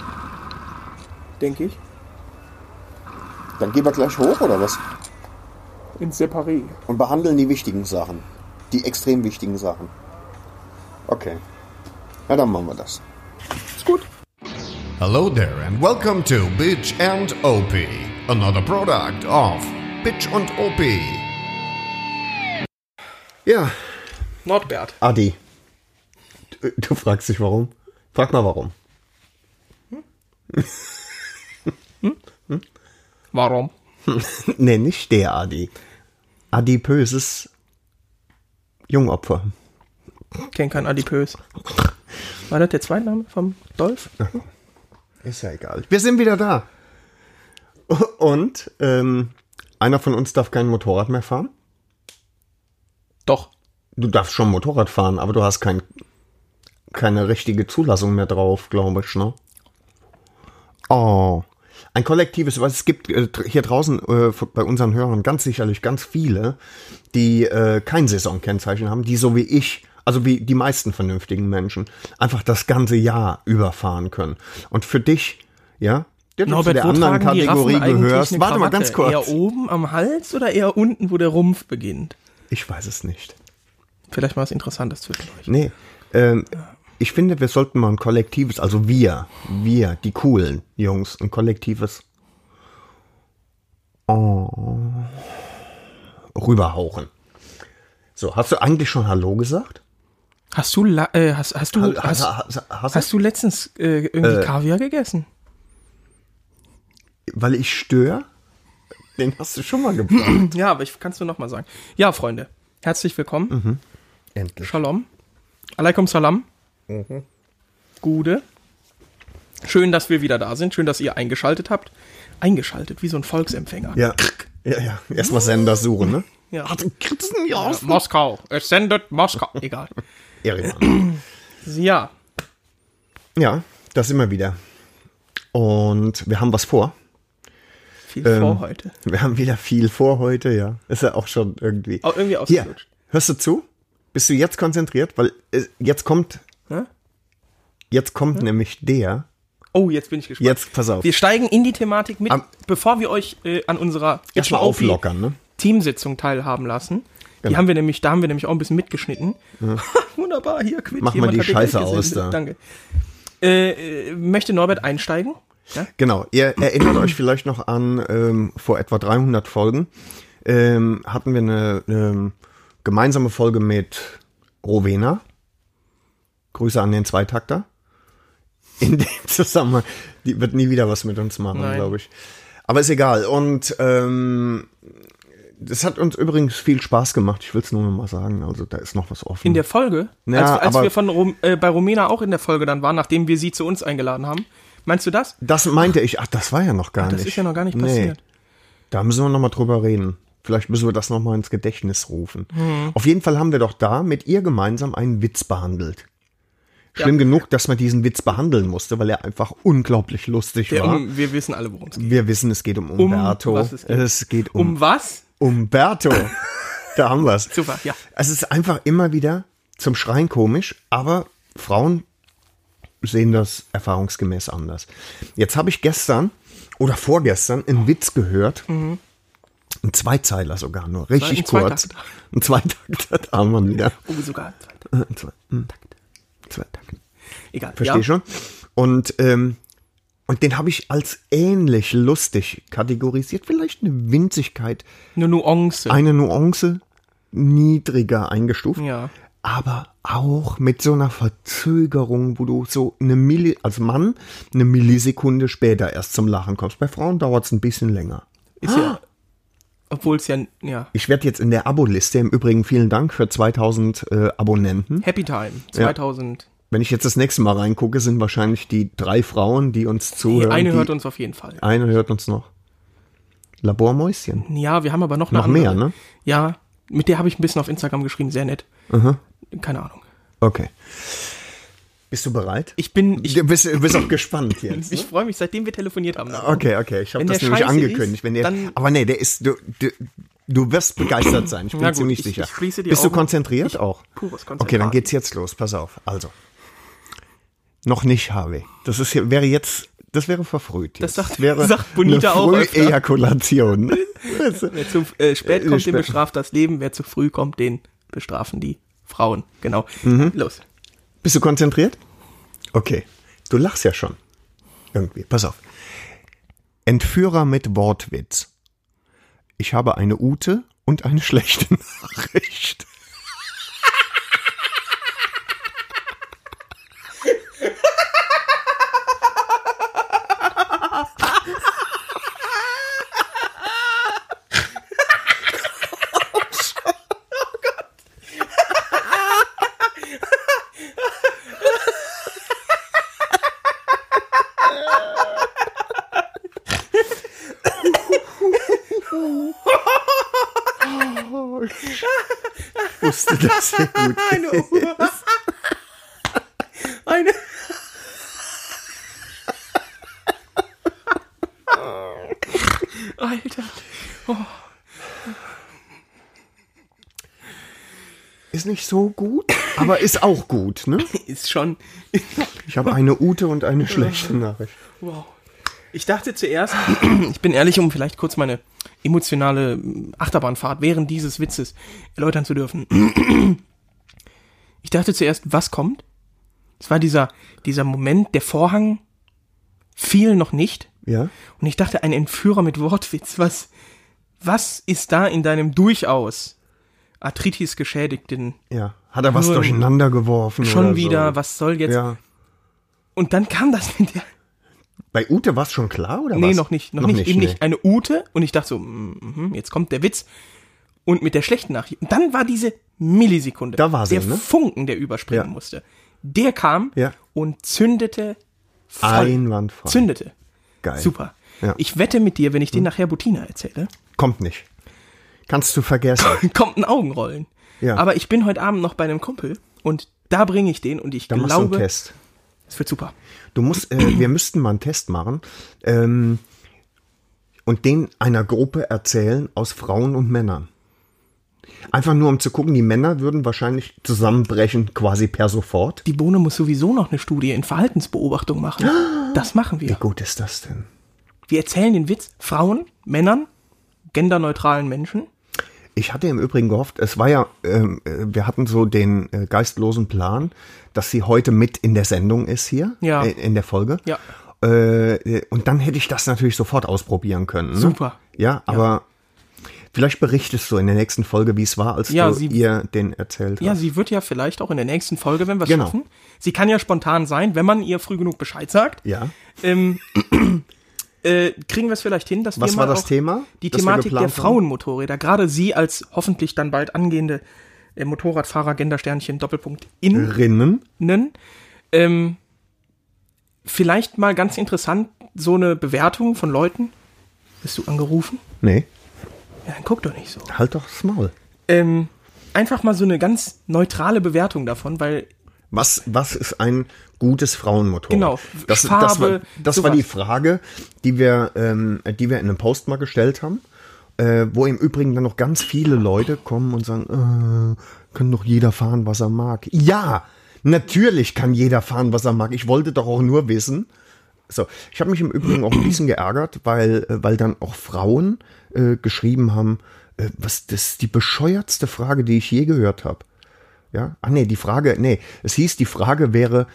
Denke ich.
Dann gehen wir gleich hoch oder was?
In Separé.
Und behandeln die wichtigen Sachen. Die extrem wichtigen Sachen. Okay. Ja, dann machen wir das.
Ist gut.
Hello there, and welcome to Bitch and OP, another product of Bitch and OP.
Ja,
Nordbert.
Adi. Du, du fragst dich warum? Frag mal warum.
Warum?
Nee, nicht der Adi. Adipöses Jungopfer.
Kennt kein Adipös. War das der Zweitname vom Dolph?
Ist ja egal. Wir sind wieder da. Und ähm, einer von uns darf kein Motorrad mehr fahren.
Doch.
Du darfst schon Motorrad fahren, aber du hast kein, keine richtige Zulassung mehr drauf, glaube ich, ne? Oh. Ein kollektives, weil es gibt äh, dr- hier draußen äh, f- bei unseren Hörern ganz sicherlich ganz viele, die äh, kein Saisonkennzeichen haben, die so wie ich, also wie die meisten vernünftigen Menschen, einfach das ganze Jahr überfahren können. Und für dich, ja, der du zu
Norbert,
der
wo
anderen
tragen die
Kategorie
Giraffen eigentlich eine
gehörst, warte mal
Krawatte? oh.
ganz kurz.
Eher oben am Hals oder eher unten, wo der Rumpf beginnt?
Ich weiß es nicht.
Vielleicht mal was Interessantes zwischen euch.
Nee. Ähm, ich finde, wir sollten mal ein kollektives, also wir, wir, die coolen Jungs, ein kollektives oh, rüberhauchen. So, hast du eigentlich schon Hallo gesagt?
Hast du, la- äh, hast, hast du,
Ha-
hast,
ha- ha- hast du-
hast du letztens äh, irgendwie Kaviar gegessen?
Weil ich störe? Den hast du schon mal gebracht.
Ja, aber ich kannst du noch mal sagen. Ja, Freunde, herzlich willkommen.
Mhm. Endlich.
Shalom. Alaikum Salam.
Mhm.
Gude. Schön, dass wir wieder da sind. Schön, dass ihr eingeschaltet habt. Eingeschaltet, wie so ein Volksempfänger.
Ja. Ja, ja. Erstmal Sender suchen, ne?
Ja.
Hat ein Kritzen ja.
Äh, Moskau. Es sendet Moskau. Egal.
Ehrenmann.
Ja.
Ja, das immer wieder. Und wir haben was vor.
Viel
Ähm,
vor heute.
Wir haben wieder viel vor heute, ja. Ist ja auch schon irgendwie.
Auch irgendwie
Hier,
ausgelutscht.
hörst du zu? Bist du jetzt konzentriert? Weil äh, jetzt kommt,
Ne?
jetzt kommt nämlich der.
Oh, jetzt bin ich gespannt.
Jetzt, pass auf.
Hm? Wir steigen in die Thematik mit,
Am-
bevor wir euch äh, an unserer
Erstmal
HOP
auflockern, Genau. ne?
Teamsitzung teilhaben lassen. Die haben wir nämlich, da haben wir nämlich auch ein bisschen mitgeschnitten. Wunderbar, hier quitt.
Mach mal
jemand
die
hat dir
Scheiße
Geld
aus
gesendet.
da.
Danke. Äh, äh, möchte Norbert einsteigen?
Genau. Ihr erinnert euch vielleicht noch an ähm, vor etwa 300 Folgen. ähm, hatten wir eine ähm, gemeinsame Folge mit Rowena. Grüße an den Zweitakter. In dem Zusammenhang. Die wird nie wieder was mit uns machen,
Nein.
glaube ich. Aber ist egal. Und ähm, das hat uns übrigens viel Spaß gemacht. Ich will es nur noch mal sagen. Also da ist noch was offen.
In der Folge?
Ja,
als als
aber-
wir von Rom, äh, bei Romena auch in der Folge dann waren, nachdem wir sie zu uns eingeladen haben. Meinst du das?
das meinte ich. Ach, das war ja noch gar
das
nicht.
ist ja noch gar nicht
Nee.
passiert.
Da müssen wir noch mal drüber reden. Vielleicht müssen wir das noch mal ins Gedächtnis rufen.
Mhm.
Auf jeden Fall haben wir doch da mit ihr gemeinsam einen Witz behandelt. Schlimm genug, dass man diesen Witz behandeln musste, weil er einfach unglaublich lustig
Der
war.
um, wir wissen alle, worum es geht.
wir wissen, es geht um Umberto.
was es geht.
geht um
Um was?
Umberto. da haben wir's.
Super, ja.
Es ist einfach immer wieder zum Schreien komisch, aber Frauen sehen das erfahrungsgemäß anders. Jetzt habe ich gestern oder vorgestern einen Witz gehört. Ein Zweizeiler sogar nur, richtig
Mhm. Ein
kurz.
Zweitakter.
Ein Zweitakter, da haben wir ihn wieder.
Oh, sogar.
Ein Zwei- ein Zweitakt.
Egal.
Verstehe
ja.
schon. Und, ähm, und den habe ich als ähnlich lustig kategorisiert. Vielleicht eine Winzigkeit
Eine Nuance.
eine Nuance niedriger eingestuft.
Ja.
Aber auch mit so einer Verzögerung, wo du so eine Milli, als Mann eine Millisekunde später erst zum Lachen kommst. Bei Frauen dauert es ein bisschen länger. Ah,
Ist ja, obwohl es ja, ja.
Ich werde jetzt in der Abo-Liste, im Übrigen vielen Dank für 2000 äh, Abonnenten.
Happy Time 2000.
Wenn ich jetzt das nächste Mal reingucke, sind wahrscheinlich die drei Frauen, die uns zuhören.
Die eine
die,
hört uns auf jeden Fall.
eine hört uns noch. Labormäuschen.
Ja, wir haben aber noch eine
Noch mehr,
andere.
ne?
Ja, mit der habe ich ein bisschen auf Instagram geschrieben, sehr nett. Keine Ahnung.
Okay. Bist du bereit?
Ich bin, ich,
du bist, du bist auch gespannt jetzt.
ich freue mich, seitdem wir telefoniert haben.
Okay, okay, ich habe
Wenn
das
der
nämlich
scheiße
angekündigt.
ist,
wenn der,
dann-
aber nee, der ist, du, du, du wirst begeistert sein, ich bin
Na gut,
ziemlich
ich-
sicher.
ich schließe die
Bist
Augen.
du konzentriert auch?
pures Konzentrat.
Okay, dann geht's jetzt los, pass auf. Also. Noch nicht, Harvey. Das ist, hier- wäre jetzt, das wäre verfrüht.
Das
jetzt.
sagt-
wäre
sagt Bonita auch
eine
öfter.
Ejakulation. ne?
Wer zu äh, spät
Äh,
kommt,
spät-
den bestraft das Leben. Wer zu früh kommt, den bestrafen die Frauen. Genau.
Mhm.
Los.
Bist du konzentriert? Okay. Du lachst ja schon. Irgendwie. Pass auf. Entführer mit Wortwitz. Ich habe eine Ute und eine schlechte Nachricht. Wusste das sehr gut.
Eine Uhr. Eine. Alter.
Ist nicht so gut, aber ist auch gut, ne?
Ist schon.
Ich habe eine Ute und eine schlechte Nachricht.
Wow. Ich dachte zuerst, ich bin ehrlich, um vielleicht kurz meine emotionale Achterbahnfahrt während dieses Witzes erläutern zu dürfen. Ich dachte zuerst, was kommt? Es war dieser, dieser Moment, der Vorhang fiel noch nicht.
Ja?
Und ich dachte, ein Entführer mit Wortwitz, was, was ist da in deinem durchaus Arthritis geschädigten?
Ja. Hat er was
Nur-
durcheinander geworfen?
Schon
oder
wieder,
so.
was soll jetzt?
Ja.
Und dann kam das mit der,
Bei Ute war es schon klar, oder was?
Nee, noch nicht. Noch, nicht, eben
nee.
nicht. Eine Ute. Und ich dachte so, mm, mhm, jetzt kommt der Witz. Und mit der schlechten Nachricht. Und dann war diese Millisekunde.
Da war sie,
Der
ne?
Funken, der überspringen
Ja.
musste. Der kam
Ja.
und zündete voll.
Einwandfrei.
Zündete.
Geil.
Super.
Ja. Hm.
Ich wette mit dir, wenn ich den nachher Butina erzähle,
Kommt nicht. Kannst du vergessen.
kommt ein Augenrollen.
Ja.
Aber ich bin heute Abend noch bei einem Kumpel und da bringe ich den und ich
Dann machst du einen
glaube,
Test.
es wird super.
Du musst, äh, wir müssten mal einen Test machen ähm, und den einer Gruppe erzählen aus Frauen und Männern. Einfach nur um zu gucken, die Männer würden wahrscheinlich zusammenbrechen, quasi per sofort.
Die Bohne muss sowieso noch eine Studie in Verhaltensbeobachtung machen. Das machen wir.
Wie gut ist das denn?
Wir erzählen den Witz Frauen, Männern, genderneutralen Menschen.
Ich hatte im Übrigen gehofft, es war ja, ähm, äh, wir hatten so den äh, geistlosen Plan, dass sie heute mit in der Sendung ist hier,
Ja.
äh, in der Folge.
Ja.
Äh, äh, und dann hätte ich das natürlich sofort ausprobieren können. Ne?
Super.
Ja, aber Vielleicht berichtest du in der nächsten Folge, wie es war, als
Ja,
du
sie-
ihr den erzählt hast.
Ja, sie wird ja vielleicht auch in der nächsten Folge, wenn wir es
Genau.
schaffen. Sie kann ja spontan sein, wenn man ihr früh genug Bescheid sagt.
ja.
Ähm, äh, kriegen wir es vielleicht hin, dass
Was
wir
war
mal
das
auch
Thema,
Die
das wir
Thematik der
geplant haben?
Frauenmotorräder, gerade sie als hoffentlich dann bald angehende äh, Motorradfahrer Gendersternchen Doppelpunkt innen,
Rinnen.
ähm, vielleicht mal ganz interessant so eine Bewertung von Leuten. Bist du angerufen?
Nee,
Ja, dann guck doch nicht so.
halt doch das Maul.
Ähm, einfach mal so eine ganz neutrale Bewertung davon, weil
Was, was ist ein gutes Frauenmotorrad?
Genau.
Das, das, war,
Farbe,
das war
sowas.
die Frage, die wir, ähm, die wir in einem Post mal gestellt haben, äh, wo im Übrigen dann noch ganz viele Leute kommen und sagen, äh, kann doch jeder fahren, was er mag. Ja, natürlich kann jeder fahren, was er mag. Ich wollte doch auch nur wissen. So, ich habe mich im Übrigen auch ein bisschen geärgert, weil, äh, weil dann auch Frauen äh, geschrieben haben, äh, was das ist die bescheuertste Frage, die ich je gehört habe. Ja? Ach nee, die Frage, nee, es hieß, die Frage wäre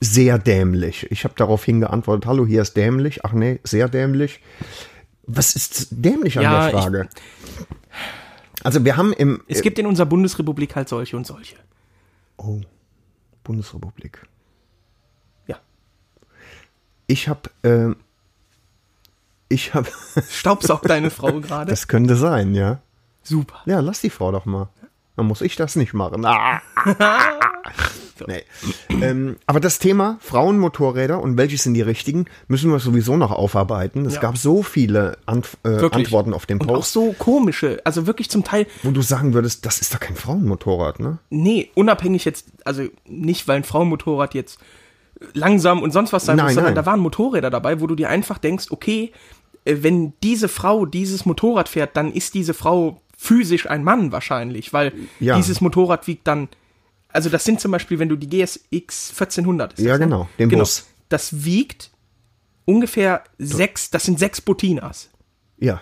sehr dämlich. Ich habe daraufhin geantwortet, hallo, hier ist dämlich. Ach nee, sehr dämlich. Was ist dämlich an der
Ja, ich-
Frage? also wir haben im
es gibt in unserer Bundesrepublik halt solche und solche.
oh, Bundesrepublik.
Ja.
Ich habe, äh, ich habe,
Staubsaugt deine Frau gerade.
das könnte sein, ja.
Super.
Ja, lass die Frau doch mal. Dann muss ich das nicht machen. Ah. nee. ähm, aber das Thema Frauenmotorräder und welche sind die richtigen, müssen wir sowieso noch aufarbeiten. Es
Ja.
gab so viele Ant äh,
Wirklich.
Antworten auf den
Und auch
Post,
so komische, also wirklich zum Teil,
wo du sagen würdest, das ist doch kein Frauenmotorrad, ne?
nee, unabhängig jetzt, also nicht, weil ein Frauenmotorrad jetzt langsam und sonst was sein
Nein,
muss, sondern
nein.
da waren Motorräder dabei, wo du dir einfach denkst, okay, äh, wenn diese Frau dieses Motorrad fährt, dann ist diese Frau physisch ein Mann wahrscheinlich, weil
Ja.
dieses Motorrad wiegt dann, also das sind zum Beispiel, wenn du die GSX 1400 ist
Ja,
das, ne?
genau, den Bus.
Das wiegt ungefähr sechs, das sind sechs Botinas.
Ja.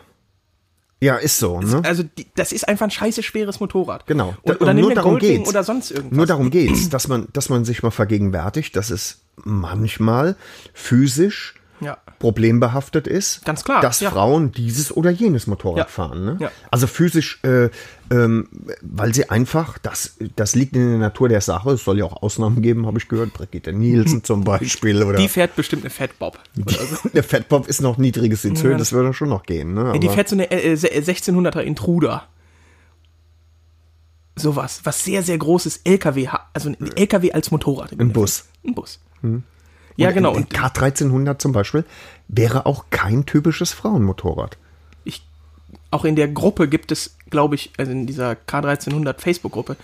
Ja, ist so, ne?
Also die, das ist einfach ein scheiße schweres Motorrad.
Genau.
Und,
Da-
oder
und
nimm
nur
den
darum
Goldwing
geht's.
oder sonst irgendwas.
Nur darum geht's, dass man, dass man sich mal vergegenwärtigt, dass es manchmal physisch
Ja.
problembehaftet ist.
Ganz klar,
Dass
ja.
Frauen dieses oder jenes Motorrad
Ja.
fahren. Ne?
Ja.
Also physisch, äh, ähm, weil sie einfach, das, das liegt in der Natur der Sache. Es soll ja auch Ausnahmen geben, habe ich gehört. Brigitte Nielsen zum Beispiel oder
Die fährt bestimmt eine Fatbob. Oder so.
der Fatpop ist noch niedriges Sitzhöhe,
Ja.
das würde schon noch gehen. Ne?
Ja, die
Aber-
fährt so eine äh, äh, 1600er Intruder. Sowas, was sehr, sehr großes LKW hat. Also ein LKW als Motorrad. im
Ein
Endeffekt.
Bus. Hm.
Ein Bus. Ja, genau.
Ein
Und
K1300 zum Beispiel wäre auch kein typisches Frauenmotorrad.
ich, auch in der Gruppe gibt es, glaube ich, also in dieser K1300 Facebook-Gruppe,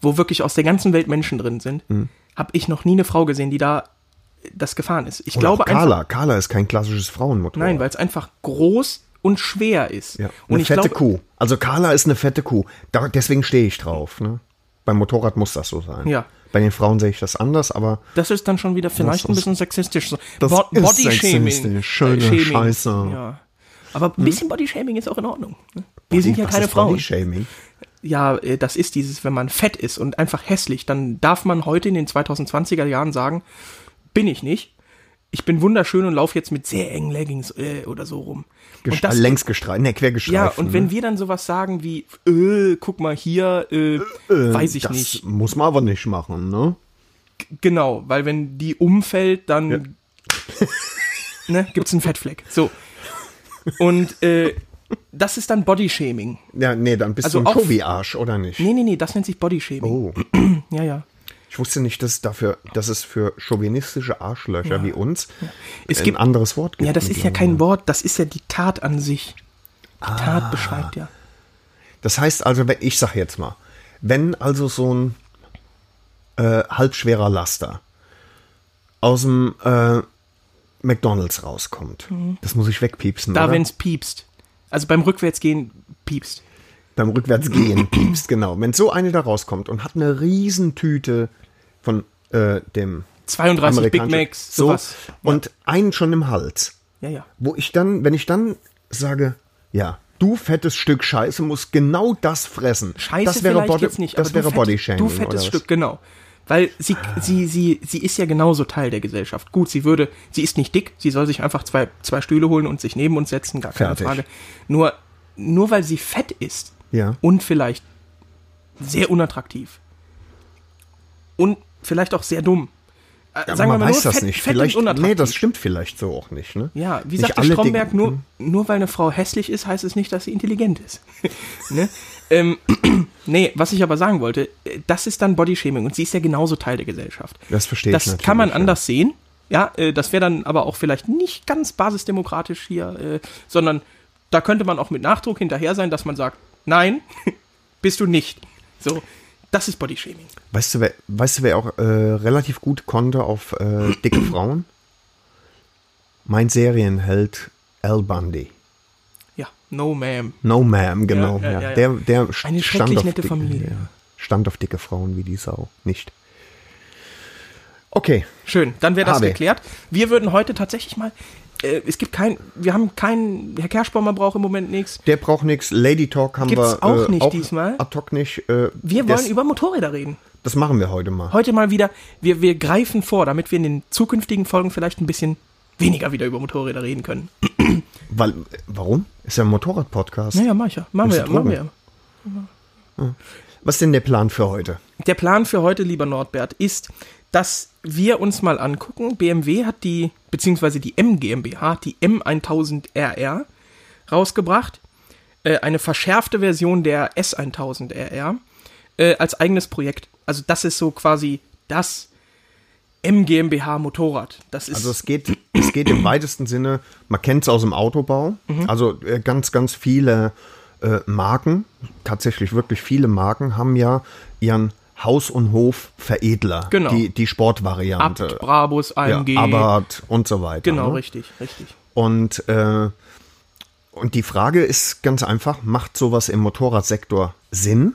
wo wirklich aus der ganzen Welt Menschen drin sind,
Hm.
habe ich noch nie eine Frau gesehen, die da äh, das gefahren ist. Ich
Und
glaube
auch
einfach,
Carla. Carla ist kein klassisches Frauenmotorrad.
Nein, weil es einfach groß und schwer ist.
Ja,
und
eine
ich
fette
glaube,
Kuh. Also Carla ist eine fette Kuh. Da, deswegen stehe ich drauf. Ne? Beim Motorrad muss das so sein.
Ja.
Bei den Frauen sehe ich das anders, aber
das ist dann schon wieder vielleicht
Das
ein
ist-
bisschen sexistisch. So
Das
Bo-
ist
Bodyshaming.
sexistisch. Schöne
Äh, Shaming.
Scheiße. Hm?
Ja. Aber ein bisschen Bodyshaming ist auch in Ordnung. ne? Wir sind ja
was
keine
ist
Frauen.
Bodyshaming?
Ja, äh, das ist dieses, wenn man fett ist und einfach hässlich, dann darf man heute in den 2020er Jahren sagen, bin ich nicht. Ich bin wunderschön und laufe jetzt mit sehr engen Leggings äh, oder so rum.
Gest- längs gestreift, ne, quer gestreift.
ja, und wenn wir dann sowas sagen wie, äh, guck mal hier, äh, weiß ich
das
nicht.
muss man aber nicht machen, ne?
Genau, weil wenn die umfällt, dann ne, gibt's einen Fettfleck. So. Und äh, das ist dann Bodyshaming.
Ja, nee, dann bist
Also
du ein
auch-
Kobi-Arsch, oder nicht?
Nee, nee, nee, das nennt sich Bodyshaming.
Oh,
Ja, ja.
ich wusste nicht, dass, es dafür, dass es für chauvinistische Arschlöcher wie uns
Es
ein
gibt-
anderes Wort gibt.
Ja, das ist ja kein Wort, das ist ja die Tat an sich. Die
Ah.
Tat beschreibt ja.
Das heißt also, wenn, ich sag jetzt mal, wenn also so ein äh, halbschwerer Laster aus dem äh, McDonalds rauskommt, das muss ich wegpiepsen.
Mhm. Da,
oder?
wenn's piepst. Also beim Rückwärtsgehen piepst.
beim Rückwärtsgehen piepst, genau. Wenn so eine da rauskommt und hat eine Riesentüte von äh, dem
32 Big
amerikanischen-
Macs,
so,
sowas.
und einen schon im Hals.
Ja, ja.
wo ich dann, wenn ich dann sage, ja, du fettes Stück Scheiße musst genau das fressen.
Scheiße
das wäre
vielleicht
Body,
jetzt nicht,
das
aber
wäre
du, fett-
Bodyshaming
du
oder
fettes
was?
Stück, genau. Weil sie, sie, sie, sie ist ja genauso Teil der Gesellschaft. Gut, sie würde, sie ist nicht dick, sie soll sich einfach zwei, zwei Stühle holen und sich neben uns setzen, gar keine
Fertig.
Frage. Nur nur weil sie fett ist
Ja.
und vielleicht sehr unattraktiv und vielleicht auch sehr dumm. Äh,
Ja,
sagen wir
man
mal
weiß
nur
das
fett,
nicht.
fett
vielleicht,
und unattraktiv.
nee, das stimmt vielleicht so auch nicht. Ne?
Ja, wie
Nicht
sagte
alle
Stromberg,
Dinge- Hm.
nur, nur weil eine Frau hässlich ist, heißt es nicht, dass sie intelligent ist. ne? ähm, nee, was ich aber sagen wollte, äh, das ist dann Bodyshaming und sie ist ja genauso Teil der Gesellschaft.
Das verstehe ich
Das
natürlich,
kann man
ja.
anders sehen. Ja, äh, das wäre dann aber auch vielleicht nicht ganz basisdemokratisch hier, äh, sondern da könnte man auch mit Nachdruck hinterher sein, dass man sagt, nein, bist du nicht. So, das ist Bodyshaming.
Weißt du, wer, weißt du, wer auch äh, relativ gut konnte auf äh, dicke Frauen? Mein Serienheld Al Bundy.
Ja, no ma'am.
No, ma'am, genau.
Ja,
Ja,
ja, ja, ja.
Der, der st-
Eine schrecklich nette Familie.
ja, stand auf dicke Frauen wie die Sau. Nicht. Okay,
Schön, dann wäre das
Habe.
geklärt. Wir würden heute tatsächlich mal. Äh, es gibt kein. Wir haben keinen. Herr Kerschbaumer braucht im Moment nichts.
der braucht nichts. Lady Talk haben
Gibt's
wir
auch
äh,
nicht diesmal.
Ad hoc nicht. Äh,
Wir wollen
das,
über Motorräder reden.
das machen wir heute mal.
Heute mal wieder. Wir, wir greifen vor, damit wir in den zukünftigen Folgen vielleicht ein bisschen weniger wieder über Motorräder reden können.
Weil, warum? Ist ja ein Motorrad-Podcast.
Naja, mach ich ja. Machen
Bist
wir, ja,
du
machen wir.
Drogen?
ja.
Was ist denn der Plan für heute?
Der Plan für heute, lieber Nordbert, ist, dass wir uns mal angucken. BMW hat die, beziehungsweise die M GmbH, die M1000RR rausgebracht. Äh, eine verschärfte Version der S1000RR äh, als eigenes Projekt. Also das ist so quasi das M GmbH Motorrad. Das ist
Also es geht, es geht im weitesten Sinne, man kennt es aus dem Autobau,
Mhm.
also äh, ganz, ganz viele äh, Marken, tatsächlich wirklich viele Marken, haben ja ihren Haus- und Hof-Veredler,
Genau.
die, die Sportvariante.
Abt, Brabus,
ja,
AMG.
Abarth und so weiter.
genau,
ne?
richtig, richtig.
Und, äh, und die Frage ist ganz einfach, macht sowas im Motorradsektor Sinn?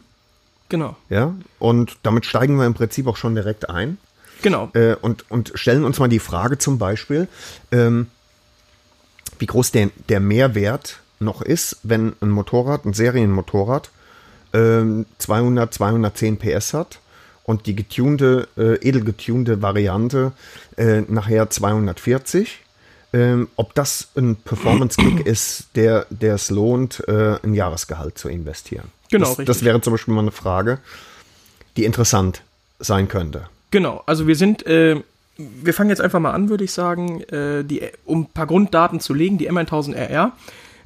Genau.
Ja, und damit steigen wir im Prinzip auch schon direkt ein
Genau.
äh, und, und stellen uns mal die Frage zum Beispiel, ähm, wie groß der, der Mehrwert noch ist, wenn ein Motorrad, ein Serienmotorrad, ähm, 200, 210 PS hat und die getunte, äh, edel getunte Variante äh, nachher 240. Ähm, ob das ein Performance-Kick ist, der, der es lohnt, äh, ein Jahresgehalt zu investieren.
Genau,
das,
richtig.
das wäre zum Beispiel mal eine Frage, die interessant sein könnte.
Genau, also wir sind, äh, wir fangen jetzt einfach mal an, würde ich sagen, äh, die, um ein paar Grunddaten zu legen, die M1000RR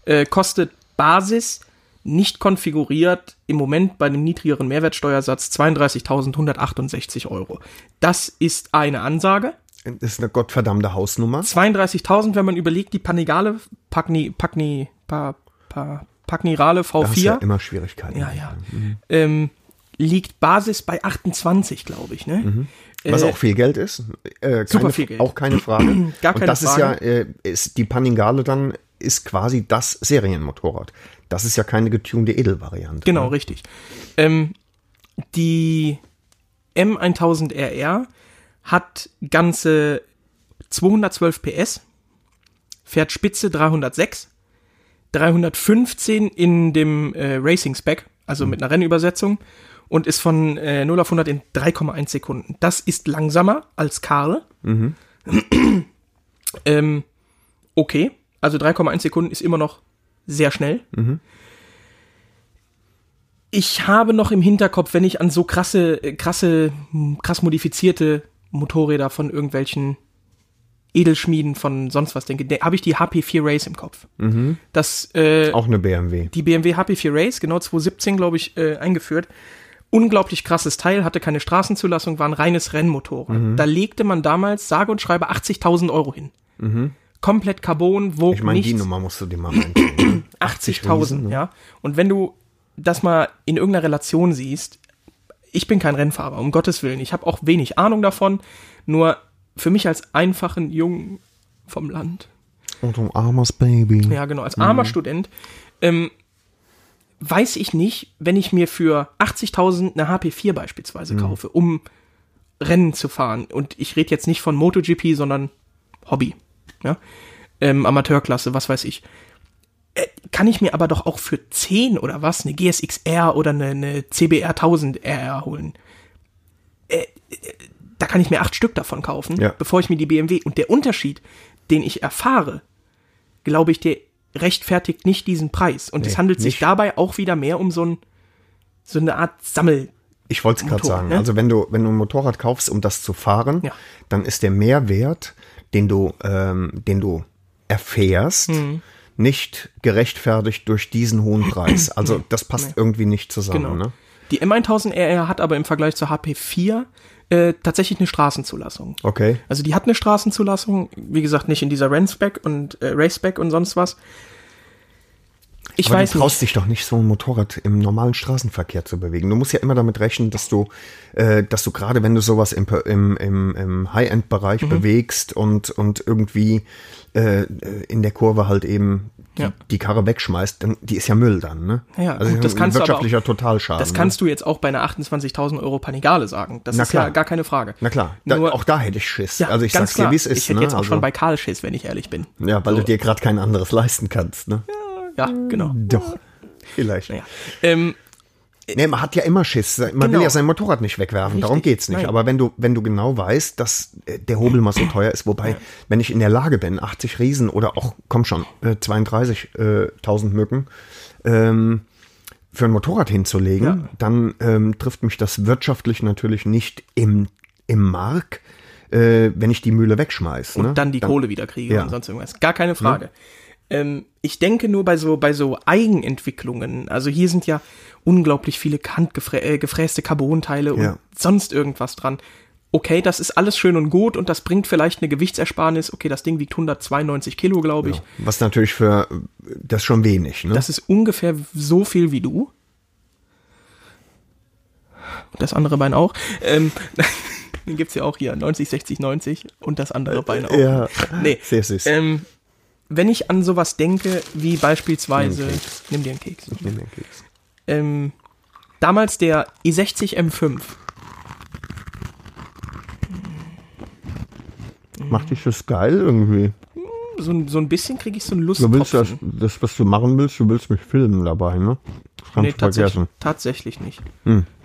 äh, kostet Basis, nicht konfiguriert, im Moment bei einem niedrigeren Mehrwertsteuersatz 32.168 Euro. Das ist eine Ansage.
Das ist eine gottverdammte Hausnummer.
32.000, wenn man überlegt, die Panigale, Pagni, Pagni, pa, pa, Pagnirale
Da hast
V4.
du ja immer mhm. Schwierigkeiten.
ja, ja. Ähm, liegt Basis bei 28, glaube ich, ne?
Mhm. Was
Äh,
auch viel Geld ist. Äh, keine,
super viel Geld.
Auch keine Frage.
Gar keine
Und das
Frage.
ist ja, äh, ist, die Panigale dann ist quasi das Serienmotorrad. Das ist ja keine getunte Edelvariante.
Genau, richtig. Ähm, die M1000RR hat ganze 212 PS, fährt Spitze 306, 315 in dem äh, Racing Spec, also mit einer Rennübersetzung und ist von äh, 0 auf 100 in 3,1 Sekunden. Das ist langsamer als Karl. ähm, okay, also 3,1 Sekunden ist immer noch sehr schnell. Ich habe noch im Hinterkopf, wenn ich an so krasse, äh, krasse, m, krass modifizierte Motorräder von irgendwelchen Edelschmieden von sonst was denke, de- habe ich die HP4 Race im Kopf. Das, äh,
Auch eine BMW.
die BMW HP4 Race, genau 2017, glaube ich, äh, eingeführt. Unglaublich krasses Teil, hatte keine Straßenzulassung, war ein reines Rennmotorrad.
Mhm.
Da legte man damals, sage und schreibe, 80.000 Euro hin. Komplett Carbon, wog
Mhm. Ich meine, ne? die
nichts.
Nummer musst du dir mal reinziehen. ne?
80.000, ja. Und wenn du das mal in irgendeiner Relation siehst, ich bin kein Rennfahrer, um Gottes Willen. Ich habe auch wenig Ahnung davon. Nur für mich als einfachen Jungen vom Land,
Und du armes Baby.
ja genau, als armer Student, ähm, weiß ich nicht, wenn ich mir für 80.000 eine HP4 beispielsweise kaufe, um Rennen zu fahren. Und ich rede jetzt nicht von MotoGP, sondern Hobby. Ja? Ähm, Amateurklasse, was weiß ich. Äh, kann ich mir aber doch auch für 10 oder was eine GSXR oder eine, eine CBR 1000 RR holen. Äh, äh, da kann ich mir acht Stück davon kaufen,
Ja.
bevor ich mir die BMW. Und der Unterschied, den ich erfahre, glaube ich, der rechtfertigt nicht diesen Preis. Und es
Nee,
handelt sich
nicht.
dabei auch wieder mehr um so, ein, so eine Art Sammel.
Ich wollte es gerade
Motorrad,
sagen.
ne?
Also wenn du, wenn du ein Motorrad kaufst, um das zu fahren,
Ja.
dann ist der Mehrwert, den du, ähm, den du erfährst,
Hm.
nicht gerechtfertigt durch diesen hohen Preis. Also das passt irgendwie nicht zusammen.
Genau.
Ne?
Die M1000RR hat aber im Vergleich zur HP4 äh, tatsächlich eine Straßenzulassung.
Okay.
Also die hat eine Straßenzulassung, wie gesagt, nicht in dieser Rennspec und äh, Racespec und sonst was. Ich
Aber
weiß
du traust dich
nicht.
doch nicht, so ein Motorrad im normalen Straßenverkehr zu bewegen. Du musst ja immer damit rechnen, dass du, äh, dass du gerade, wenn du sowas im, im, im, im High-End-Bereich
Mhm.
bewegst und, und irgendwie äh, in der Kurve halt eben die,
Ja.
die Karre wegschmeißt, dann, die ist ja Müll dann. Ne?
Ja,
also
gut, das
ein
kannst du aber
wirtschaftlicher Totalschaden. ne?
Das kannst du jetzt auch bei einer 28.000 Euro Panigale sagen. Das
Na
ist ja
klar.
gar keine Frage.
ne? Na klar, da,
Nur-
auch da hätte ich Schiss.
Ja,
also ich
ganz
sag's
klar.
dir, wie es ist.
Ich hätte
ne?
jetzt auch
also,
schon bei Karl Schiss, wenn ich ehrlich bin.
ja, weil du dir gerade kein anderes leisten kannst. Ne?
Ja, genau.
Doch. Vielleicht.
Naja. Ähm,
Nee, man hat ja immer Schiss. Man will ja sein Motorrad nicht wegwerfen, darum geht's nicht.
Genau. Nein.
Aber wenn du, wenn du genau weißt, dass äh, der Hobel mal so teuer ist, wobei, wenn ich in der Lage bin, 80 Riesen oder auch, komm schon, äh, 32.000 Mücken ähm, für ein Motorrad hinzulegen,
Ja.
dann ähm, trifft mich das wirtschaftlich natürlich nicht im, im Mark, äh, wenn ich die Mühle wegschmeiß. ne?
und dann die Kohle wieder kriege
Ja. Ne?
und sonst irgendwas. Gar keine Frage. Ähm, ich denke nur bei so, bei so Eigenentwicklungen, also hier sind ja unglaublich viele handgefrä äh, gefräste Carbonteile und
Ja.
sonst irgendwas dran. Okay, das ist alles schön und gut und das bringt vielleicht eine Gewichtsersparnis. Okay, das Ding wiegt 192 Kilo, glaube ich.
genau. Was natürlich für äh, das ist schon wenig. Ne?
Das ist ungefähr so viel wie du. Und das andere Bein auch. Ähm, den gibt's ja auch hier. 90, 60, 90 und das andere Bein auch.
ja,
Nee.
sehr süß.
Ähm, wenn ich an sowas denke, wie beispielsweise.
Nimm den
Nimm dir einen Keks.
Ich nehme den Keks.
Ähm, damals der E i60 M5.
Macht dich das geil irgendwie?
So, ein- so ein bisschen kriege ich so einen
Du
Lusttropfen.
willst das, das, was du machen willst, du willst mich filmen dabei, ne? Das kannst
Nee,
du vergessen.
tatsächlich, tatsächlich nicht.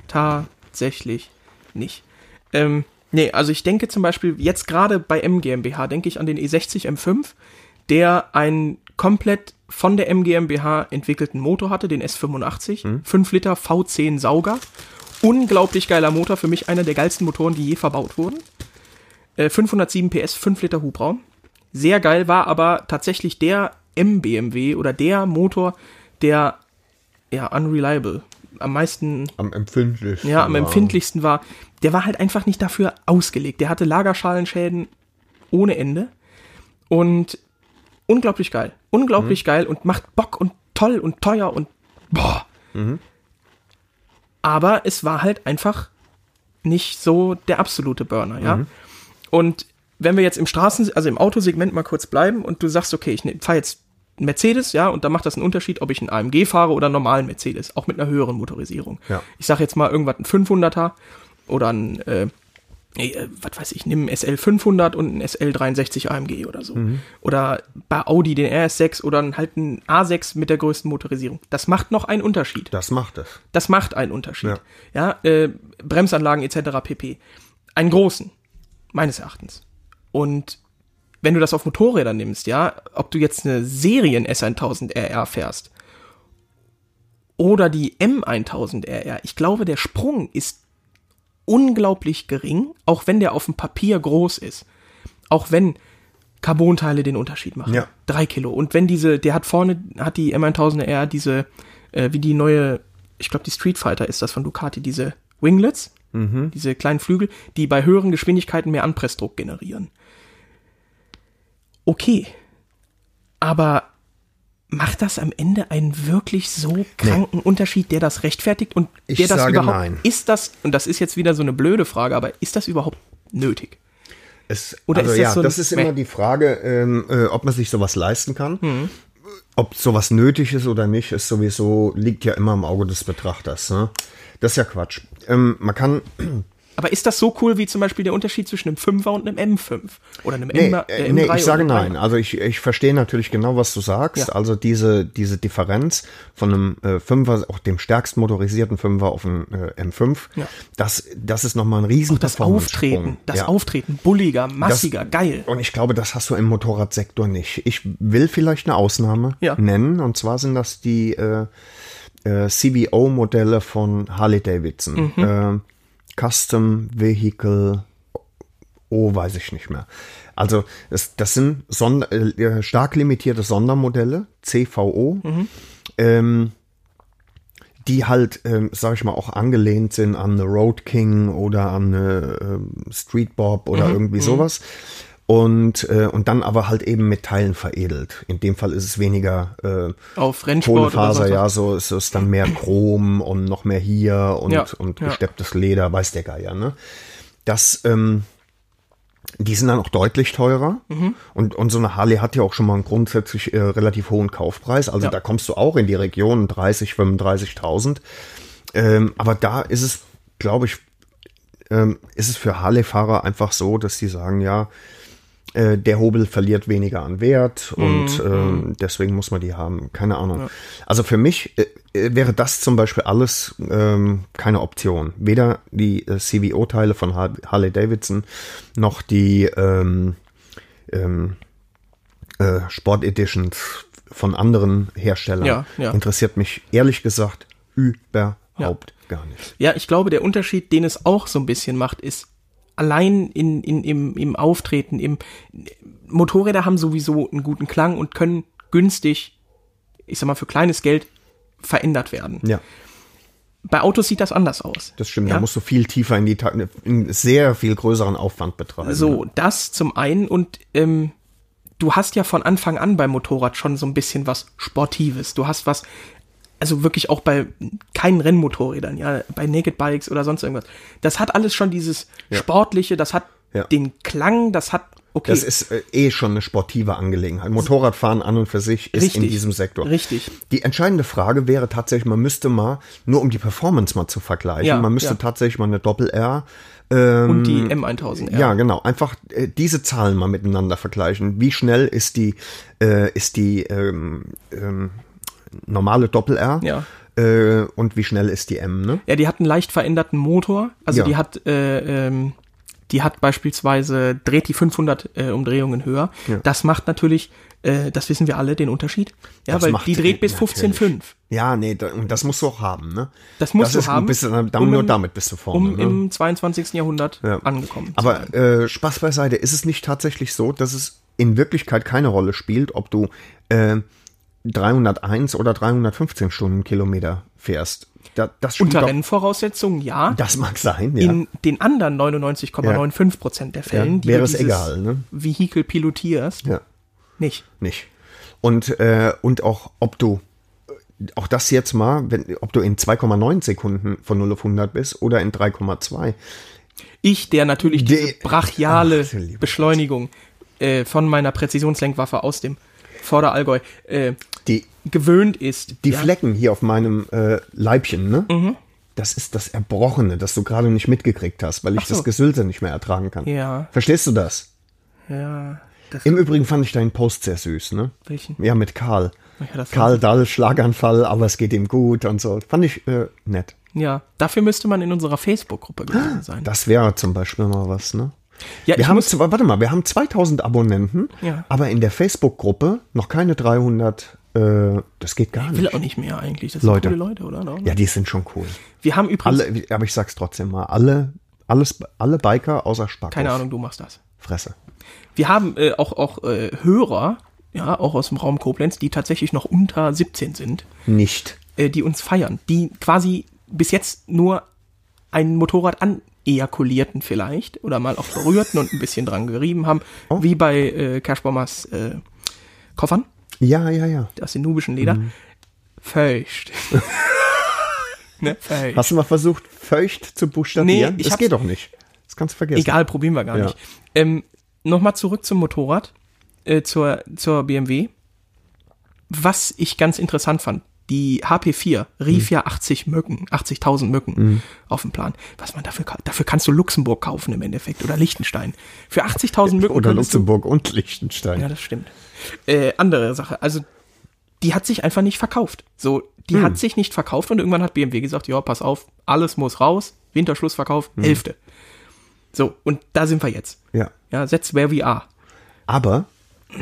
Tatsächlich nicht. Ähm, nee, also ich denke zum Beispiel jetzt gerade bei MGMBH, denke ich an den E E60 M5, der einen komplett von der MGMBH entwickelten Motor hatte, den S85, 5 Liter V10 Sauger. Unglaublich geiler Motor, für mich einer der geilsten Motoren, die je verbaut wurden. Äh, 507 PS, 5 Liter Hubraum. Sehr geil war aber tatsächlich der MBMW oder der Motor, der ja, unreliable. Am meisten,
Am empfindlichsten.
ja, am
war-
empfindlichsten war, der war halt einfach nicht dafür ausgelegt. Der hatte Lagerschalenschäden ohne Ende und unglaublich geil. Unglaublich geil und macht Bock und toll und teuer und boah. Aber es war halt einfach nicht so der absolute Burner, ja. Und wenn wir jetzt im Straßen, also im Autosegment mal kurz bleiben und du sagst, okay, ich fahre jetzt einen Mercedes, ja, und da macht das einen Unterschied, ob ich einen AMG fahre oder einen normalen Mercedes, auch mit einer höheren Motorisierung.
Ja.
Ich sage jetzt mal irgendwas ein 500er oder ein, äh, äh, was weiß ich, nimm einen SL 500 und einen SL 63 AMG oder so. Oder bei Audi den RS6 oder einen- halt einen A6 mit der größten Motorisierung. Das macht noch einen Unterschied.
Das macht es.
Das macht einen Unterschied. Ja, äh, Bremsanlagen etc. pp. Einen großen, meines Erachtens. Und wenn du das auf Motorrädern nimmst, ja, ob du jetzt eine Serien S1000 RR fährst oder die M1000 RR, ich glaube, der Sprung ist unglaublich gering, auch wenn der auf dem Papier groß ist. Auch wenn Carbonteile den Unterschied machen.
Ja.
Drei Kilo. Und wenn diese, der hat vorne, hat die M1000 RR diese, äh, wie die neue, ich glaube, die Street Fighter ist das von Ducati, diese Winglets, diese kleinen Flügel, die bei höheren Geschwindigkeiten mehr Anpressdruck generieren. Okay. Aber macht das am Ende einen wirklich so kranken Unterschied, der das rechtfertigt und
Ich
der das
sage
überhaupt
nein.
ist das und das ist jetzt wieder so eine blöde Frage, aber ist das überhaupt nötig?
Es,
Oder
also
ist das
ja,
so ein-
das ist immer
Meh. Hm.
die Frage, ähm, äh, ob man sich sowas leisten kann. Ob sowas nötig ist oder nicht, ist sowieso, liegt ja immer im Auge des Betrachters. Ne? Das ist ja Quatsch. Ähm, man kann
Aber ist das so cool wie zum Beispiel der Unterschied zwischen einem 5er und einem M5? Oder einem
Nee,
M,
äh,
M3
nee
oder
ich sage
einem
nein.
3er?
Also ich, ich verstehe natürlich genau, was du sagst.
Ja.
Also diese, diese Differenz von einem äh, Fünfer, auch dem stärkst motorisierten Fünfer auf einen äh, M5,
Ja.
das, das ist nochmal ein riesen
Das Auftreten, das Auftreten, bulliger, massiger, geil.
Und ich glaube, das hast du im Motorradsektor nicht. Ich will vielleicht eine Ausnahme
Ja.
nennen. Und zwar sind das die äh, äh, CVO-Modelle von Harley Davidson.
Mhm.
Äh, Custom Vehicle Oh, weiß ich nicht mehr. Also es, das sind Sonder, äh, stark limitierte Sondermodelle, CVO, ähm, die halt, ähm, sag ich mal, auch angelehnt sind an eine Road King oder an eine ähm, Street Bob oder irgendwie sowas. Und, äh, und dann aber halt eben mit Teilen veredelt. In dem Fall ist es weniger äh,
Auf Rennsport oder
Kohlefaser,
sonst was.
ja, so ist es dann mehr Chrom und noch mehr hier und,
Ja,
und
ja.
gestepptes Leder, weiß der Geier, ne? Das, ähm, die sind dann auch deutlich teurer.
Mhm.
Und, und so eine Harley hat ja auch schon mal einen grundsätzlich äh, relativ hohen Kaufpreis. Also
Ja.
da kommst du auch in die Region 30, 35.000. Ähm, aber da ist es, glaube ich, ähm, ist es für Harley-Fahrer einfach so, dass die sagen, ja, äh, der Hobel verliert weniger an Wert und ähm, deswegen muss man die haben. Keine Ahnung. Also für mich äh, äh, wäre das zum Beispiel alles ähm, keine Option. Weder die äh, CVO-Teile von Har- Harley-Davidson noch die ähm, ähm, äh, Sport-Editions von anderen Herstellern.
Ja, ja.
Interessiert mich ehrlich gesagt überhaupt gar nicht.
Ja, ich glaube, der Unterschied, den es auch so ein bisschen macht, ist allein in, in, im, im Auftreten, im Motorräder haben sowieso einen guten Klang und können günstig, ich sag mal, für kleines Geld verändert werden.
Ja.
Bei Autos sieht das anders aus.
Das stimmt,
Ja?
da musst du viel tiefer in die Ta- in sehr viel größeren Aufwand betreiben.
So, das zum einen und ähm, du hast ja von Anfang an beim Motorrad schon so ein bisschen was Sportives. Du hast was, also wirklich auch bei keinen Rennmotorrädern, ja, bei Naked Bikes oder sonst irgendwas. Das hat alles schon dieses Sportliche, das hat
Ja.
den Klang, das hat, okay.
Das ist äh, eh schon eine sportive Angelegenheit. Motorradfahren an und für sich ist in
Richtig.
diesem Sektor.
Richtig.
Die entscheidende Frage wäre tatsächlich, man müsste mal, nur um die Performance mal zu vergleichen,
Ja,
man müsste
ja.
tatsächlich mal eine Doppel-R
und die M1000R.
ja. genau. Einfach äh, diese Zahlen mal miteinander vergleichen. Wie schnell ist die, äh, ist die ähm, ähm, normale Doppel-R
Ja.
äh, und wie schnell ist die M, ne?
Ja, die hat einen leicht veränderten Motor. Also
Ja.
die hat, äh, ähm, die hat beispielsweise dreht die 500 äh, Umdrehungen höher. Das macht natürlich, äh, das wissen wir alle, den Unterschied. Ja,
Das
weil
macht
die dreht bis
natürlich.
15,5.
Ja, nee, da, und das musst du auch haben, ne?
Das musst du
ist,
haben,
Bist, dann,
um
nur
im-
damit bist du vorne.
Um
ne?
im 22. Jahrhundert angekommen. zu sein.
Aber äh, Spaß beiseite, ist es nicht tatsächlich so, dass es in Wirklichkeit keine Rolle spielt, ob du äh, 301 oder 315 Stundenkilometer fährst? Da, das spielt
unter
doch-
Rennvoraussetzungen, ja.
Das mag sein, ja.
In den anderen 99,95 Prozent der Fällen,
Ja,
die
wäre
du
es
dieses
egal, ne?
Vehikel pilotierst,
ja.
nicht.
nicht. Und, äh, und auch, ob du, äh, auch das jetzt mal, wenn, ob du in 2,9 Sekunden von 0 auf 100 bist oder in 3,2.
Ich, der natürlich diese
Die-
brachiale
Ach, du lieber
Beschleunigung äh, von meiner Präzisionslenkwaffe aus dem Vorderallgäu äh,
Die,
gewöhnt ist.
die
ja, Mhm.
Flecken hier auf meinem äh, Leibchen, ne? Das ist das Erbrochene, das du gerade nicht mitgekriegt hast, weil ich
so.
das Gesülze nicht mehr ertragen kann.
Ja.
Verstehst du das?
Ja, das,
Im Übrigen fand ich deinen Post sehr süß, ne?
Welchen?
Ja, mit Karl.
Ja, das war-
Karl Dall, Schlaganfall, aber es geht ihm gut und so. Fand ich äh, nett.
ja, dafür müsste man in unserer Facebook-Gruppe gewesen sein.
Das wäre zum Beispiel mal was, ne?
ja,
wir
ich
haben,
muss,
zw- warte mal, wir haben 2000 Abonnenten,
Ja.
aber in der Facebook-Gruppe noch keine 300. Äh, das geht gar
will
nicht.
auch nicht mehr eigentlich. Das
Leute.
sind coole Leute, oder? ne?
Ja, die sind schon cool.
Wir haben übrigens,
Alle, aber ich sag's trotzdem mal, alle, alles, alle Biker außer Spack.
keine Ahnung, du machst das.
Fresse.
Wir haben äh, auch, auch äh, Hörer, ja, auch aus dem Raum Koblenz, die tatsächlich noch unter 17 sind.
Nicht.
äh, die uns feiern, die quasi bis jetzt nur ein Motorrad anejakulierten vielleicht oder mal auch berührten und ein bisschen dran gerieben haben, wie bei äh, Cashbombers äh, Koffern
Ja, ja, ja.
aus dem nubischen Leder. Feucht. ne? Feucht.
Hast du mal versucht, feucht zu buchstabieren?
Nee, ich
das
hab's-
geht doch nicht. Das kannst du vergessen.
Egal, probieren wir gar
Ja.
nicht. Ähm, Nochmal zurück zum Motorrad, äh, zur, zur BMW. Was ich ganz interessant fand, die HP4 rief
Hm.
ja 80 Mücken, 80.000 Mücken auf dem Plan. Was man dafür, ka- dafür kannst du Luxemburg kaufen im Endeffekt oder Liechtenstein. Für 80.000 Mücken
Oder
könntest du-
Luxemburg und Liechtenstein.
Ja, das stimmt. Äh, andere Sache. Also, die hat sich einfach nicht verkauft. So, die hat sich nicht verkauft und irgendwann hat BMW gesagt, ja, pass auf, alles muss raus, Winterschlussverkauf, Hälfte. So, und da sind wir jetzt.
Ja.
Ja, that's where we are.
Aber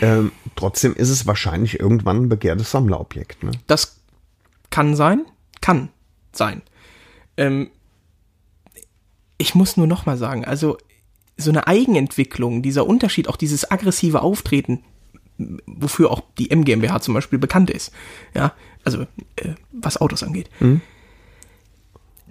ähm, trotzdem ist es wahrscheinlich irgendwann ein begehrtes Sammlerobjekt. Ne?
Das kann sein, kann sein. Ähm, ich muss nur nochmal sagen, also so eine Eigenentwicklung, dieser Unterschied, auch dieses aggressive Auftreten, wofür auch die MGMBH zum Beispiel bekannt ist, ja, also äh, was Autos angeht.
Mhm.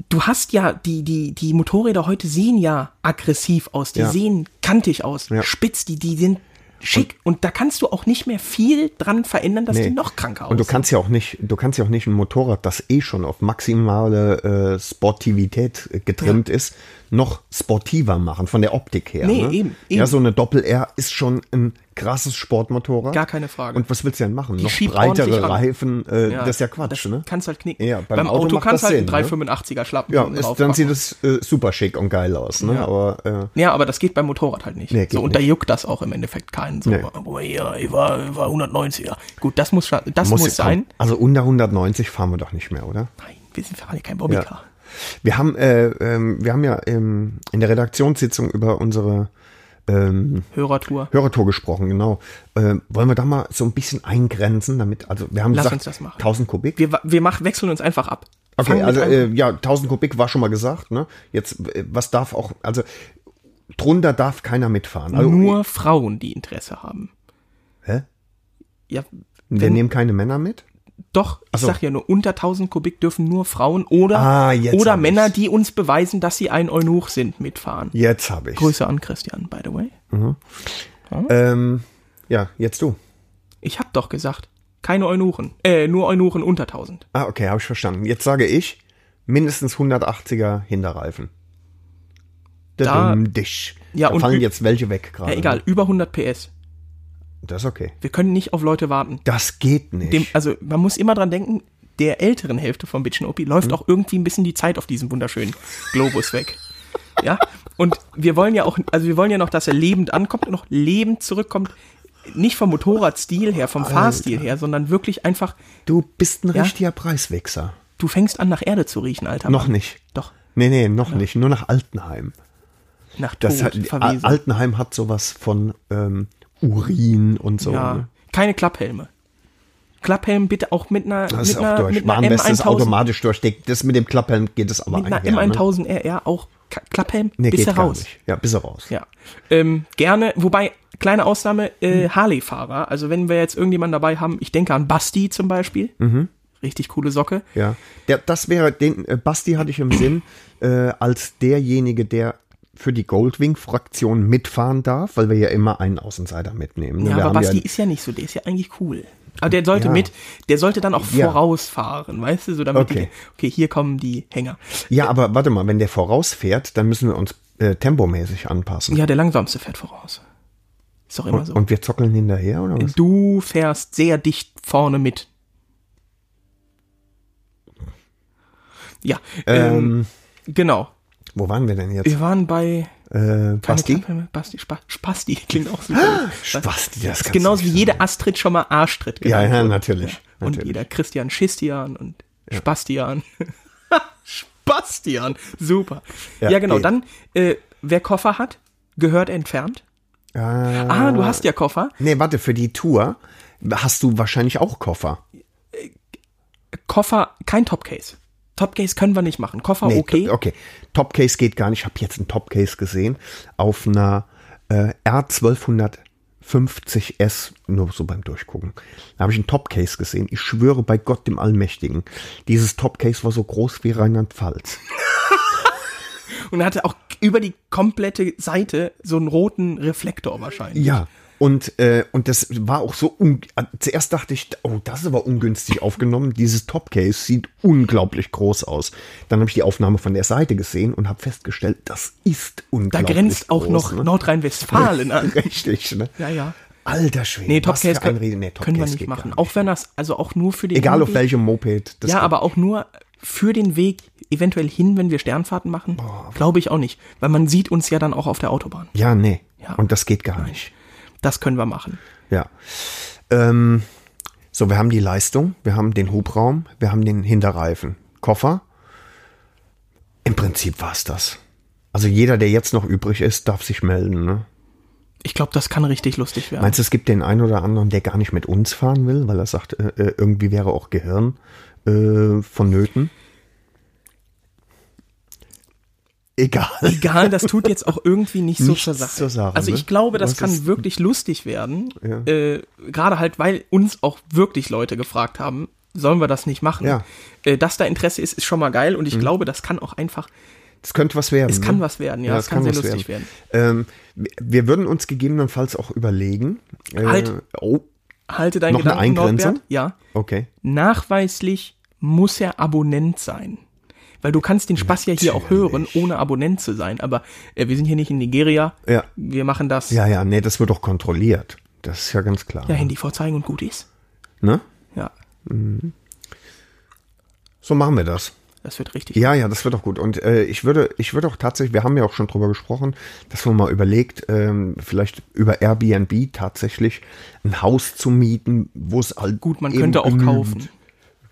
Du hast ja, die, die, die Motorräder heute sehen ja aggressiv aus, die
Ja.
sehen kantig aus,
Ja.
spitz, die, die sind schick und, da kannst du auch nicht mehr viel dran verändern, dass die
Nee.
noch kranker aussehen.
Und du kannst ja auch nicht, du kannst ja auch nicht ein Motorrad, das eh schon auf maximale äh, Sportivität äh, getrimmt ist, noch sportiver machen von der Optik her.
Nee,
ne?
eben,
Ja,
eben.
so eine Doppel R ist schon ein krasses Sportmotorrad.
Gar keine Frage.
Und was willst du denn machen? noch
schiebt ordentlich
breitere
an.
Reifen, äh,
Ja,
das ist ja Quatsch,
das
ne?
Kannst halt knicken.
Ja,
beim, Auto,
macht
kannst
das
halt
Sinn,
einen
ne?
385er Schlappen
Ja,
unten
ist,
drauf
dann sieht
machen.
es äh, super schick und geil aus, ne? Aber äh,
ja, aber das geht beim Motorrad halt nicht.
Nee, geht
so, und da
nicht.
juckt das auch im Endeffekt keinen. So, oh,
Nee.
aber ja, ich war, ich war 190er. Gut, das muss, scha- das muss,
muss, ja-
sein.
Also unter 190 fahren wir doch nicht mehr, oder?
Nein, wir sind alle kein Bobbycar.
Wir haben, äh, ähm, wir haben ja ähm, in der Redaktionssitzung über unsere ähm,
Hörertour.
Hörertour gesprochen, genau. Äh, wollen wir da mal so ein bisschen eingrenzen, damit, also wir haben
Lass
gesagt,
uns das machen.
1000 Kubik.
Wir, wa- wir machen, wechseln uns einfach ab. Fangen
Okay,
mit
also
einem-
äh, ja, 1000 Kubik war schon mal gesagt, ne? Jetzt, äh, was darf auch, also drunter darf keiner mitfahren. Also,
nur Frauen, die Interesse haben.
Hä?
Ja,
Wir
wenn-
nehmen keine Männer mit?
Doch, ich
so.
sag ja nur, unter 1000 Kubik dürfen nur Frauen oder,
Ah, jetzt
oder
hab ich's.
Männer, die uns beweisen, dass sie ein Eunuch sind, mitfahren.
Jetzt habe ich.
Grüße an Christian, by the way.
Ähm, ja, jetzt du.
Ich hab doch gesagt, keine Eunuchen. Äh, nur Eunuchen unter 1000.
Ah, okay, habe ich verstanden. Jetzt sage ich mindestens 180er Hinterreifen. Da,
Da-
Dich.
Ja,
da
und
fallen
ü-
jetzt welche weg gerade. ne?
Ja, egal, über 100 PS.
Das ist okay.
Wir können nicht auf Leute warten.
Das geht nicht.
Dem, also, man muss immer dran denken, der älteren Hälfte von Bitchin Opi
Hm?
läuft auch irgendwie ein bisschen die Zeit auf diesem wunderschönen Globus weg. Ja? Und wir wollen ja auch, also wir wollen ja noch, dass er lebend ankommt und noch lebend zurückkommt. Nicht vom Motorradstil her, vom Fahrstil her, sondern wirklich einfach,
du bist ein
Ja?
richtiger Preiswichser.
du fängst an nach Erde zu riechen, Alter.
Noch nicht.
Doch.
Nee, nee, noch nicht. Nur nach Altenheim.
Nach Tod,
Das hat,
verwesen.
Altenheim hat sowas von ähm, Urin und so.
Ja,
ne?
keine Klapphelme. Klapphelm bitte auch mit einer
Das
mit
ist
einer,
auch durch.
mit einer
Warnweste ist
M1000
automatisch durch. Das mit dem Klapphelm geht es aber
mit einer
einher, ne?
M1000 RR auch Ka- Klapphelm
Nee,
bis
geht gar
heraus.
nicht. Ja, bis raus.
Ja. Ähm, gerne, wobei kleine Ausnahme äh, Harley Fahrer, also wenn wir jetzt irgendjemanden dabei haben, ich denke an Basti zum Beispiel. Richtig coole Socke.
Mhm. Ja, der, das wäre, den äh, Basti hatte ich im Sinn, äh, als derjenige, der für die Goldwing-Fraktion mitfahren darf, weil wir ja immer einen Außenseiter mitnehmen. ne?
Ja,
wir
aber
haben
Basti
ja,
ist ja nicht so, der ist ja eigentlich cool. Aber der sollte
Ja.
mit, der sollte dann auch
Ja.
vorausfahren, weißt du, so damit
Okay.
die, okay, hier kommen die Hänger.
ja, aber warte mal, wenn der vorausfährt, dann müssen wir uns äh, tempomäßig anpassen.
Ja, also. der langsamste fährt voraus. Ist doch immer so.
Und wir zockeln hinterher, oder was?
Du fährst sehr dicht vorne mit. Ja, ähm,
Ähm,
genau.
wo waren wir denn jetzt?
Wir waren bei
Äh, Basti?
Klapphelme, Basti, Spa, Spasti klingt auch super.
Spasti, das
ist
kannst
genauso
du
wie
nicht
jede Astrid schon mal Arschtritt
Ja,
genannt
ja,
wurde.
natürlich,
Und
natürlich.
jeder Christian Schistian und Spastian. Spastian, super. Ja,
Ja,
genau.
geht.
Dann, äh, wer Koffer hat, gehört entfernt.
Ah,
Ah, du hast ja Koffer.
nee, warte, für die Tour hast du wahrscheinlich auch Koffer.
Koffer, kein Topcase. Topcase können wir nicht machen. Koffer
Nee,
okay.
Okay. Topcase geht gar nicht. Ich habe jetzt einen Topcase gesehen auf einer äh, R1250S, nur so beim Durchgucken. Da habe ich einen Topcase gesehen. Ich schwöre bei Gott dem Allmächtigen. Dieses Topcase war so groß wie Rheinland-Pfalz.
Und er hatte auch über die komplette Seite so einen roten Reflektor wahrscheinlich.
Ja. Und, äh, und das war auch so, un äh, zuerst dachte ich, oh, das ist aber ungünstig aufgenommen. Dieses Topcase sieht unglaublich groß aus. Dann habe ich die Aufnahme von der Seite gesehen und habe festgestellt, das ist
da
unglaublich
grenzt auch
groß,
noch
ne?
Nordrhein-Westfalen an.
Richtig, ne?
Ja, ja.
Alter Schwede.
Nee, Top
was
Case
für ein
können,
Riesen- nee, Top
können wir
Case
nicht
geht
machen.
gar
Auch wenn das, also auch nur für den
Egal auf
Hinweg-
welchem Moped. das
Ja,
geht.
aber auch nur für den Weg eventuell hin, wenn wir Sternfahrten machen. Glaube ich auch nicht. Weil man sieht uns ja dann auch auf der Autobahn.
Ja, nee.
Ja.
Und das geht gar nicht.
Das können wir machen.
Ja. Ähm, so, wir haben die Leistung, wir haben den Hubraum, wir haben den Hinterreifen, Koffer. Im Prinzip war's das. Also jeder, der jetzt noch übrig ist, darf sich melden. Ne?
Ich glaube, das kann richtig lustig werden.
Meinst du, es gibt den einen oder anderen, der gar nicht mit uns fahren will, weil er sagt, äh, äh, irgendwie wäre auch Gehirn äh, vonnöten? Egal.
Egal, das tut jetzt auch irgendwie nicht so
Nichts
zur Sache.
zur Sache,
also
ne?
ich glaube, das
Was
kann
ist-
wirklich lustig werden. Äh, Gerade halt, weil uns auch wirklich Leute gefragt haben, sollen wir das nicht machen?
Ja. Mhm.
Äh, dass da Interesse ist, ist schon mal geil und ich glaube, das kann auch einfach,
Es könnte was werden. ne?
es kann was werden, ja,
Ja,
es
es
kann,
kann was
sehr lustig werden.
werden. Ähm, wir würden uns gegebenenfalls auch überlegen. Äh,
Halt.
Oh,
Halte deinen
Noch eine
Gedanken,
Eingrenzung?
Norbert. Ja.
okay.
nachweislich muss er Abonnent sein. Weil du kannst den Spaß ja hier auch hören, ohne Abonnent zu sein. Aber äh, wir sind hier nicht in Nigeria.
Ja.
Wir machen das ja.
Ja, ja, nee, das wird doch kontrolliert. Das ist ja ganz klar.
Handy vorzeigen und gut ist.
Ne?
Ja,
So machen wir das.
das wird richtig.
Ja, ja, das wird auch gut. Und äh, ich würde, ich würde auch tatsächlich, wir haben ja auch schon drüber gesprochen, dass wir mal überlegt, ähm, vielleicht über Airbnb tatsächlich ein Haus zu mieten, wo es halt
Gut, man
eben
könnte auch
genügend-
kaufen.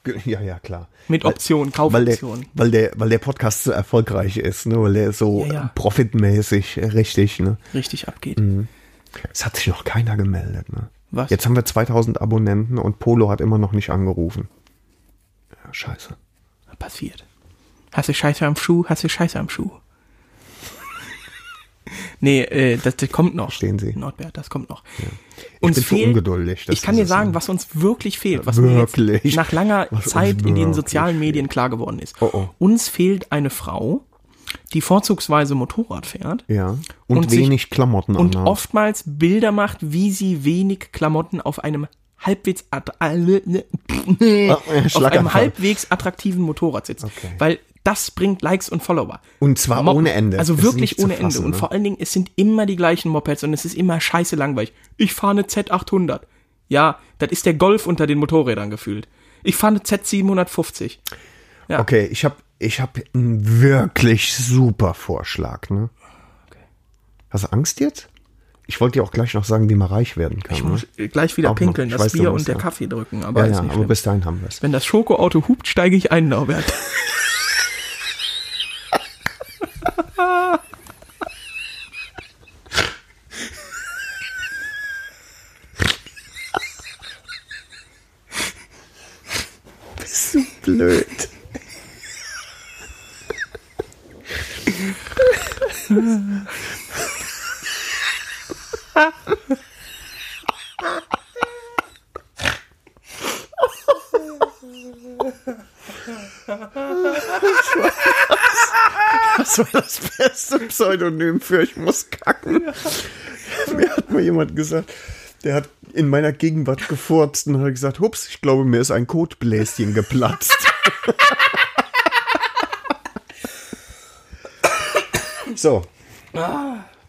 Ge- Ja, ja, klar.
Mit
Weil-
Option,
weil der,
Kaufoption.
weil der, weil der Podcast so erfolgreich ist, ne? weil der so
Ja, ja.
äh, profitmäßig äh, richtig, ne?
Richtig abgeht.
Es hat sich noch keiner gemeldet, ne?
Was?
Jetzt haben wir 2000 Abonnenten und Polo hat immer noch nicht angerufen. Ja, scheiße.
Passiert. Hast du Scheiße am Schuh? Hast du Scheiße am Schuh? nee, äh, das, das kommt noch.
Verstehen Sie.
Nordbert, das kommt noch.
bin zu ungeduldig, das
Ich kann
ist
dir
es,
sagen,
ne?
was uns wirklich fehlt, was mir jetzt
Wirklich.
nach langer
Was uns
Zeit in den
wirklich
sozialen
fehlt.
Medien klar geworden ist.
Oh, oh.
Uns fehlt eine Frau, die vorzugsweise Motorrad fährt
Ja. Und,
Und sich-
wenig Klamotten
und
anhaben.
oftmals Bilder macht, wie sie wenig Klamotten auf einem halbwegs att- alle- ne- auf
Schlaganfall.
einem halbwegs attraktiven Motorrad sitzt,
Okay.
weil das bringt Likes und Follower.
Und zwar
Mo-
ohne Ende.
Also
Ist
wirklich
nicht zu
ohne Ende.
fassen,
Und
ne?
vor allen Dingen, es sind immer die gleichen Mopeds und es ist immer scheiße langweilig. Ich fahre eine Z800. Ja, das ist der Golf unter den Motorrädern gefühlt. Ich fahre eine Z750. Ja.
Okay, ich habe ich hab einen wirklich super Vorschlag. Ne? Hast du Angst jetzt? Ich wollte dir auch gleich noch sagen, wie man reich werden kann.
Ich
ne?
muss äh, gleich wieder
Auch noch.
pinkeln,
Ich
das
weiß, du
Bier
musst,
und der
ja.
Kaffee drücken, aber
ja,
ist
ja,
nicht
aber
schlimm.
bis dahin haben wir es.
Wenn das Schokoauto hupt, steige ich ein, Norbert.
Bist du blöd? Das war das beste Pseudonym für ich muss kacken. Mir hat mal jemand gesagt, der hat in meiner Gegenwart gefurzt und hat gesagt, hups, ich glaube, mir ist ein Kotbläschen geplatzt. so.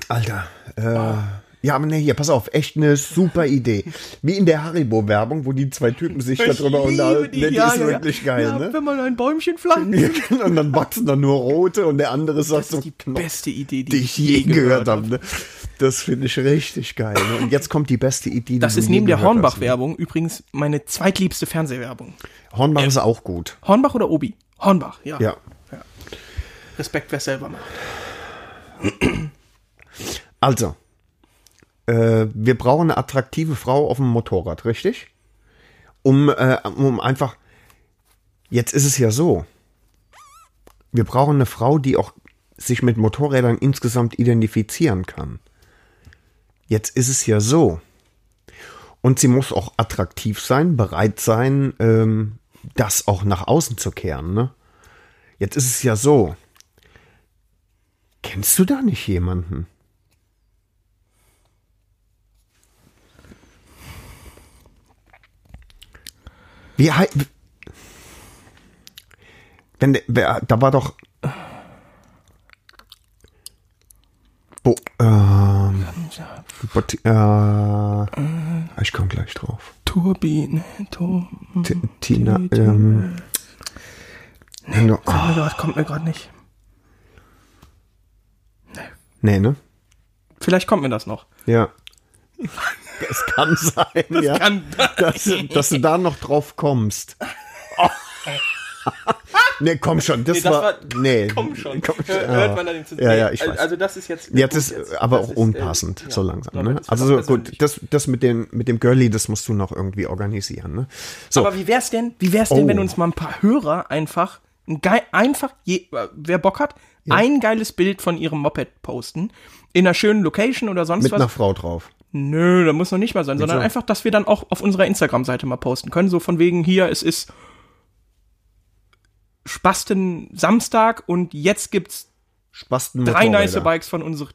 Alter. Äh, ja, aber nee, hier, pass auf, echt eine super Idee. Wie in der Haribo-Werbung, wo die zwei Typen sich darüber unterhalten. Die, die ist wirklich geil,
ja,
ne?
Wenn man ein Bäumchen pflanzt.
genau. und dann wachsen da nur rote und der andere sagt
Das
so, genau.
ist die beste Idee, die,
die ich je gehört habe. Ne? Das finde ich richtig geil. Ne? Und jetzt kommt die beste Idee, die
Das
du
ist
je
neben der
gehört hast,
Hornbach-Werbung übrigens meine zweitliebste Fernsehwerbung.
ne? Hornbach ist auch gut.
Hornbach oder Obi? Hornbach, ja.
Ja.
Respekt, wer selber macht.
Also, äh, wir brauchen eine attraktive Frau auf dem Motorrad, richtig? Um, äh, um einfach. Jetzt ist es ja so. Wir brauchen eine Frau, die auch sich mit Motorrädern insgesamt identifizieren kann. Jetzt ist es ja so. Und sie muss auch attraktiv sein, bereit sein, ähm, das auch nach außen zu kehren. Ne? Jetzt ist es ja so. Kennst du da nicht jemanden? Wie hei- Wenn der, wer, da war doch. Bo, ähm, But, äh, ich komme gleich drauf.
Turbine, Tur
T Tina, ähm, ah, wenn du,
Oh Gott, kommt mir gerade nicht.
nee, ne?
Vielleicht kommt mir das noch.
Ja. Es kann sein, ja,
kann-
dass, dass du da noch drauf kommst. Oh. nee, komm schon, das,
Nee, das
war,
war-
nee.
Komm schon.
komm schon.
Hör- Hört man dann den
Ja, ja, ich weiß.
Also das ist jetzt.
Jetzt ist
jetzt-
aber
das
auch
ist, äh,
unpassend,
ja.
so langsam.
Ja,
Ne?
das ist
Also so,
verdammt
gut,
persönlich.
das, das mit, den, mit dem Girlie, das musst du noch irgendwie organisieren. Ne? So,
Aber wie wär's denn? Wie wär's denn,
Oh.
wenn uns mal ein paar Hörer einfach ein geil, einfach je, äh, wer Bock hat, ein geiles Bild von ihrem Moped posten in einer schönen Location oder sonst
mit
was?
einer Frau drauf.
Nö, da muss noch nicht mal sein, sondern einfach, dass wir dann auch auf unserer Instagram-Seite mal posten können. So von wegen hier, es ist Spasten Samstag und jetzt gibt's
Spasten
drei
Motorräder.
nice Bikes von unseren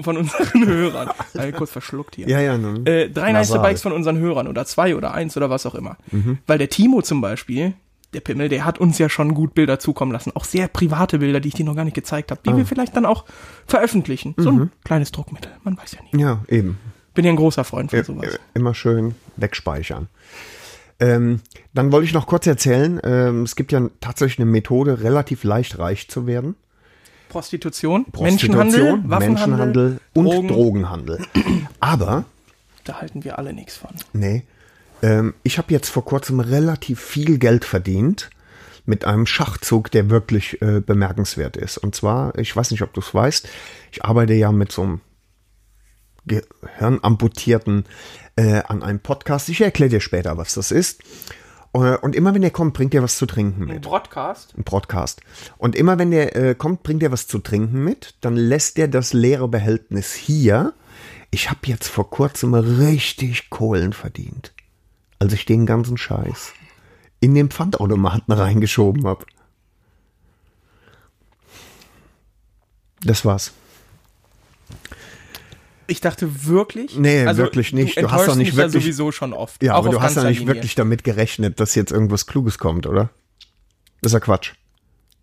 von unseren Hörern. Äh, kurz verschluckt hier.
Ja, ja, ne?
Äh, drei nice
Nasal. Mhm.
Bikes von unseren Hörern oder zwei oder eins oder was auch immer. Weil der Timo zum Beispiel, der Pimmel, der hat uns ja schon gut Bilder zukommen lassen. Auch sehr private Bilder, die ich dir noch gar nicht gezeigt
Ah.
habe, die wir vielleicht dann auch veröffentlichen. So
Mhm.
ein kleines Druckmittel, man weiß ja nie.
Ja, eben.
Bin ja ein großer Freund von
I-
sowas.
i- Immer schön wegspeichern. Ähm, dann wollte ich noch kurz erzählen, ähm, es gibt ja tatsächlich eine Methode, relativ leicht reich zu werden.
Prostitution, Menschenhandel,
Prostitution,
Waffenhandel,
Menschenhandel und
Drogen,
Drogenhandel. Aber,
da halten wir alle nichts von.
nee, ähm, ich habe jetzt vor kurzem relativ viel Geld verdient mit einem Schachzug, der wirklich äh, bemerkenswert ist. Und zwar, ich weiß nicht, ob du es weißt, ich arbeite ja mit so einem Gehirnamputierten äh, an einem Podcast. Ich erkläre dir später, was das ist. Äh, Und immer wenn er kommt, bringt er was zu trinken mit.
Broadcast?
Ein Podcast. Und immer wenn der äh, kommt, bringt er was zu trinken mit. Dann lässt er das leere Behältnis hier. Ich habe jetzt vor kurzem richtig Kohlen verdient. Als ich den ganzen Scheiß in den Pfandautomaten reingeschoben habe. Das war's.
Ich dachte wirklich. Also,
Nee, wirklich nicht. Du hast
enttäuschst
doch nicht
mich Ja
wirklich-
sowieso schon oft.
Ja,
auch
aber
auf
du hast ja
ganzer
nicht
Linie.
wirklich damit gerechnet, dass jetzt irgendwas Kluges kommt, oder? Das ist ja Quatsch.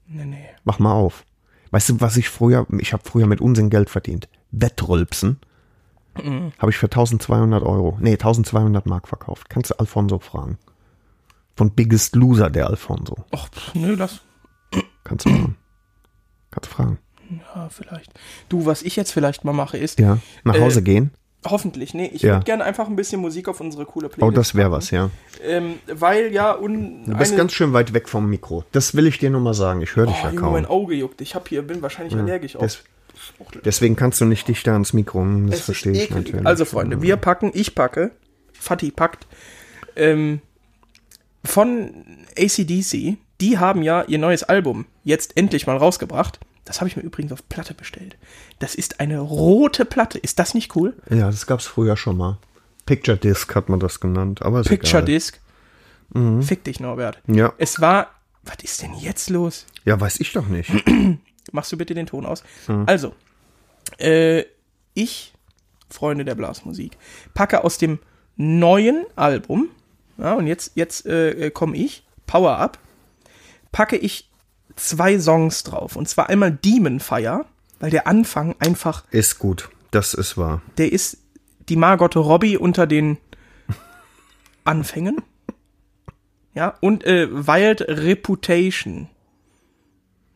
Nee, nee.
Mach mal auf. Weißt du, was ich früher, ich habe früher mit Unsinn Geld verdient. Wettrülpsen.
Mhm.
Habe ich für 1200 Euro, nee, 1200 Mark verkauft. Kannst du Alfonso fragen. Von Biggest Loser, der Alfonso.
Och, pff, nö, das.
Kannst du fragen. Kannst du fragen.
Ja, Ah, vielleicht. Du, was ich jetzt vielleicht mal mache, ist.
Ja, nach
Äh,
Hause gehen.
Hoffentlich, nee. Ich
Ja.
würde gerne einfach ein bisschen Musik auf unsere coole
Oh,
Playlist.
das wäre was, ja.
ähm, weil ja. Un
Du bist ganz schön weit weg vom Mikro. Das will ich dir nur mal sagen. Ich höre dich
oh,
ja
Junge, mein
kaum.
Auge juckt. Ich hab hier, bin wahrscheinlich allergisch auf.
Des, deswegen kannst du nicht dichter ans Mikro. Hm, Das
Es
verstehe
ist
ich
ekelig.
natürlich.
Also, Freunde, wir packen, ich packe, Fatih packt, ähm, von ACDC, die haben ja ihr neues Album jetzt endlich mal rausgebracht. Das habe ich mir übrigens auf Platte bestellt. Das ist eine rote Platte. Ist das nicht cool?
Ja, das gab's früher schon mal. Picture Disc hat man das genannt. Aber ist
Picture
egal.
Disc.
Mhm.
Fick dich, Norbert.
Ja.
Es war. Was ist denn jetzt los?
Ja, weiß ich doch nicht.
Machst du bitte den Ton aus? Also, äh, ich, Freunde der Blasmusik, packe aus dem neuen Album, ja, und jetzt, jetzt äh, komme ich, Power Up, packe ich zwei Songs drauf. Und zwar einmal Demon Fire, weil der Anfang einfach
Ist gut, das ist wahr.
der ist die Margot Robbie unter den Anfängen. Ja, und äh, Wild Reputation.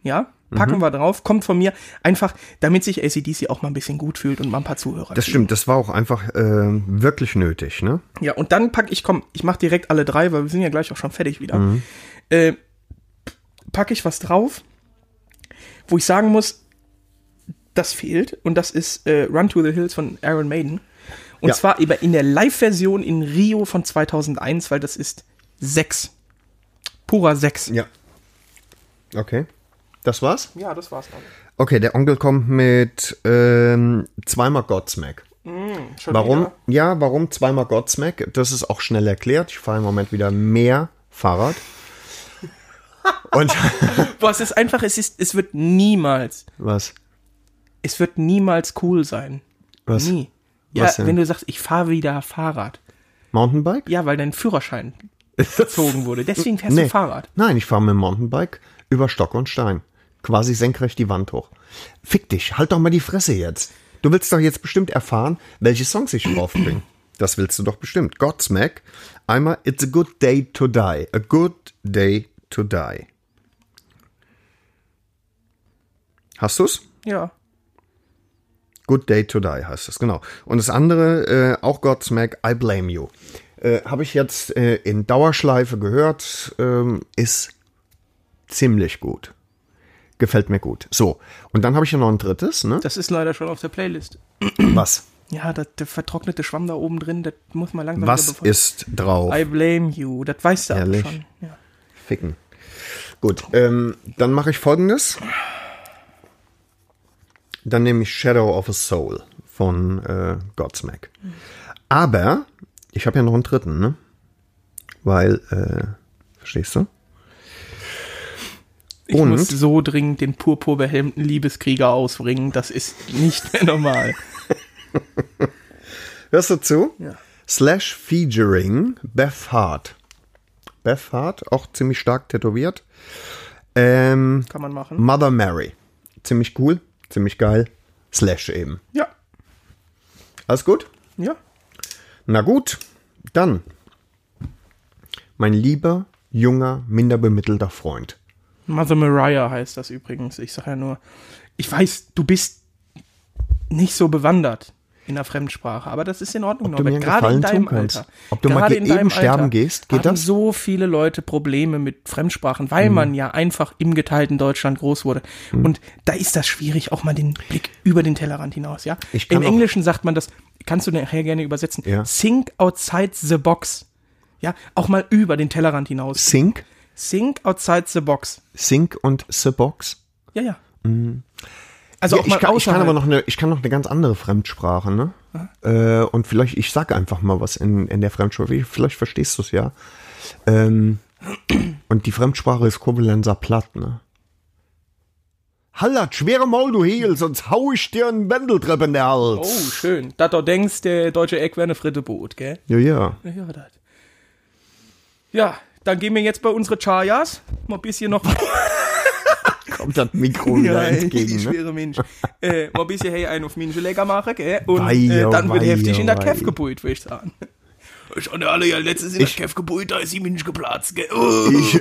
Ja, packen
Mhm.
wir drauf, kommt von mir. Einfach, damit sich ACDC auch mal ein bisschen gut fühlt und mal ein paar Zuhörer.
Das
kriegt.
stimmt, das war auch einfach äh, wirklich nötig, ne?
Ja, und dann pack ich, komm, ich mach direkt alle drei, weil wir sind ja gleich auch schon fertig wieder.
Mhm.
Äh, pack ich was drauf, wo ich sagen muss, das fehlt. Und das ist äh, Run to the Hills von Iron Maiden. Und
Ja.
zwar eben in der Live-Version in Rio von 2001, weil das ist 6. Purer 6.
Ja. Okay. Das war's?
Ja, das war's dann.
Okay, der Onkel kommt mit ähm, zweimal Godsmack.
Schon
Warum?
wieder.
Ja, warum zweimal Godsmack? Das ist auch schnell erklärt. Ich fahre im Moment wieder mehr Fahrrad. Und
Boah, es ist einfach, es ist, es wird niemals,
was?
es wird niemals cool sein.
Was?
Nie. Ja,
Was denn?
wenn du sagst, ich fahre wieder Fahrrad.
Mountainbike?
Ja, weil dein Führerschein gezogen wurde. Deswegen fährst du Fahrrad.
Nein, ich fahre mit dem Mountainbike über Stock und Stein. Quasi senkrecht die Wand hoch. Fick dich, halt doch mal die Fresse jetzt. Du willst doch jetzt bestimmt erfahren, welche Songs ich draufbringe. Das willst du doch bestimmt. Godsmack. Einmal It's a Good Day to Die. A Good Day to Die. Hast du's?
Ja.
Good Day to Die heißt es, genau. Und das andere, äh, auch Godsmack, I Blame You. Äh, Habe ich jetzt äh, in Dauerschleife gehört, ähm, ist ziemlich gut. Gefällt mir gut. So, und dann habe ich ja noch ein drittes, ne?
Das ist leider schon auf der Playlist.
Was?
Ja, das, der vertrocknete Schwamm da oben drin, das muss man langsam
Was
wieder bevor-
ist drauf?
I blame you, das weißt du
Ehrlich?
auch schon. Ja.
Ficken. Gut, ähm, dann mache ich folgendes. Dann nehme ich Shadow of a Soul von äh, Godsmack. Aber ich habe ja noch einen dritten, ne? Weil, äh, verstehst du?
Ich
Und?
muss so dringend den purpurbehelmten Liebeskrieger ausbringen, das ist nicht mehr normal.
Hörst du zu?
Ja.
Slash featuring Beth Hart. Beth Hart, auch ziemlich stark tätowiert. Ähm,
Kann man machen.
Mother Mary. Ziemlich cool, ziemlich geil. Slash eben.
Ja,
Alles gut?
ja.
Na gut, dann. Mein lieber, junger, minderbemittelter Freund.
Mother Mariah heißt das übrigens. Ich sage ja nur, ich weiß, du bist nicht so bewandert in der Fremdsprache, aber das ist in Ordnung,
Ob du mir einen Gefallen tun kannst? Ob du mal
gerade
ge-
in deinem
eben sterben
Alter
gehst, geht
haben
das? Mhm.
so viele Leute Probleme mit Fremdsprachen, weil man ja einfach im geteilten Deutschland groß wurde. Und da ist das schwierig, auch mal den Blick über den Tellerrand hinaus, ja?
Ich kann
Im
auch-
Englischen sagt man das, kannst du nachher gerne übersetzen,
Ja.
think outside the box. Ja, auch mal über den Tellerrand hinaus.
Sink,
Think outside the box.
Sink und The Box.
Ja, ja. Also
Mhm. Ja,
auch
ich,
mal
kann, ich kann
außerhalb.
aber noch eine, ich kann noch eine ganz andere Fremdsprache, ne? Äh, und vielleicht, ich sag einfach mal was in, in der Fremdsprache. Vielleicht verstehst du es ja. Ähm, und die Fremdsprache ist Koblenzer Platt, ne? Hallert, schwere Maul, du Heel, sonst hau ich dir einen Wendeltrepp in der
Oh,
Hals.
schön. Da du denkst, der deutsche Eck wäre eine Fritte Boot, gell?
Ja, ja.
Ja, das. Ja, dann gehen wir jetzt bei unsere Chayas. Mal ein bisschen noch.
Kommt das Mikro wieder entgegen,
ich
Oh ne?
schwere Mensch. äh, mal ein bisschen hey einen auf Minche lecker machen, gell? Und
Weia,
äh, dann wird
weia,
heftig in das
weia.
Kev gebuht, würde ich sagen. Ich hatte alle ja letztens in das Kev gebuht, da ist die Minch geplatzt, gell? Oh.
Ich,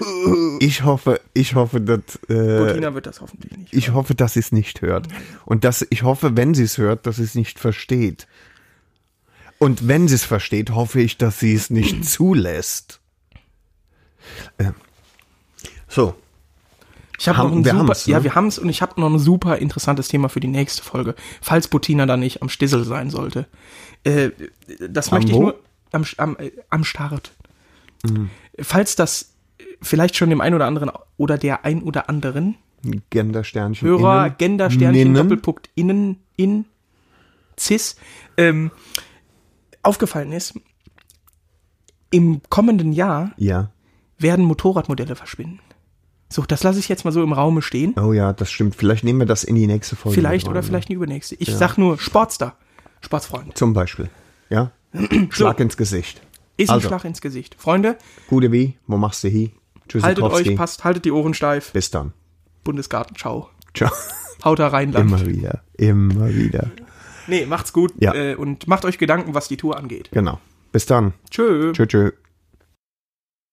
ich hoffe, ich hoffe, dass, äh,
Tina wird das hoffentlich nicht.
ich hoffe, dass sie es nicht hört. Und dass, ich hoffe, wenn sie es hört, dass sie es nicht versteht. Und wenn sie es versteht, hoffe ich, dass sie es nicht zulässt. Ähm, So,
Ich habe
Haben-
noch ein
wir
super,
haben's, ne?
ja, wir haben es und ich habe noch ein super interessantes Thema für die nächste Folge, falls Bettina da nicht am Stissel sein sollte. Äh, das möchte ich
wo?
nur am, Sch- am, äh, am Start.
Mhm.
Falls das äh, vielleicht schon dem einen oder anderen oder der ein oder anderen
Gendersternchen.
Hörer,
innen,
Gendersternchen,
ninnen.
Doppelpunkt, innen, in, cis, ähm, aufgefallen ist, im kommenden Jahr
Ja.
werden Motorradmodelle verschwinden. So, das lasse ich jetzt mal so im Raume stehen.
Oh ja, das stimmt. Vielleicht nehmen wir das in die nächste Folge.
Vielleicht
mit
oder
rein, ne?
vielleicht die übernächste. Ich sag nur Sportstar. Sportsfreund.
Zum Beispiel. Ja. Schlag ins Gesicht.
Ist
Also.
ein Schlag ins Gesicht. Freunde,
Gute Wie, wo machst du hi? Tschüss,
haltet euch, passt, haltet die Ohren steif.
Bis dann.
Bundesgarten, ciao.
Ciao.
Haut da rein, Land.
Immer wieder. Immer wieder.
Nee, macht's gut
Ja.
äh, und macht euch Gedanken, was die Tour angeht.
Genau. Bis dann.
Tschö.
Tschö, tschö.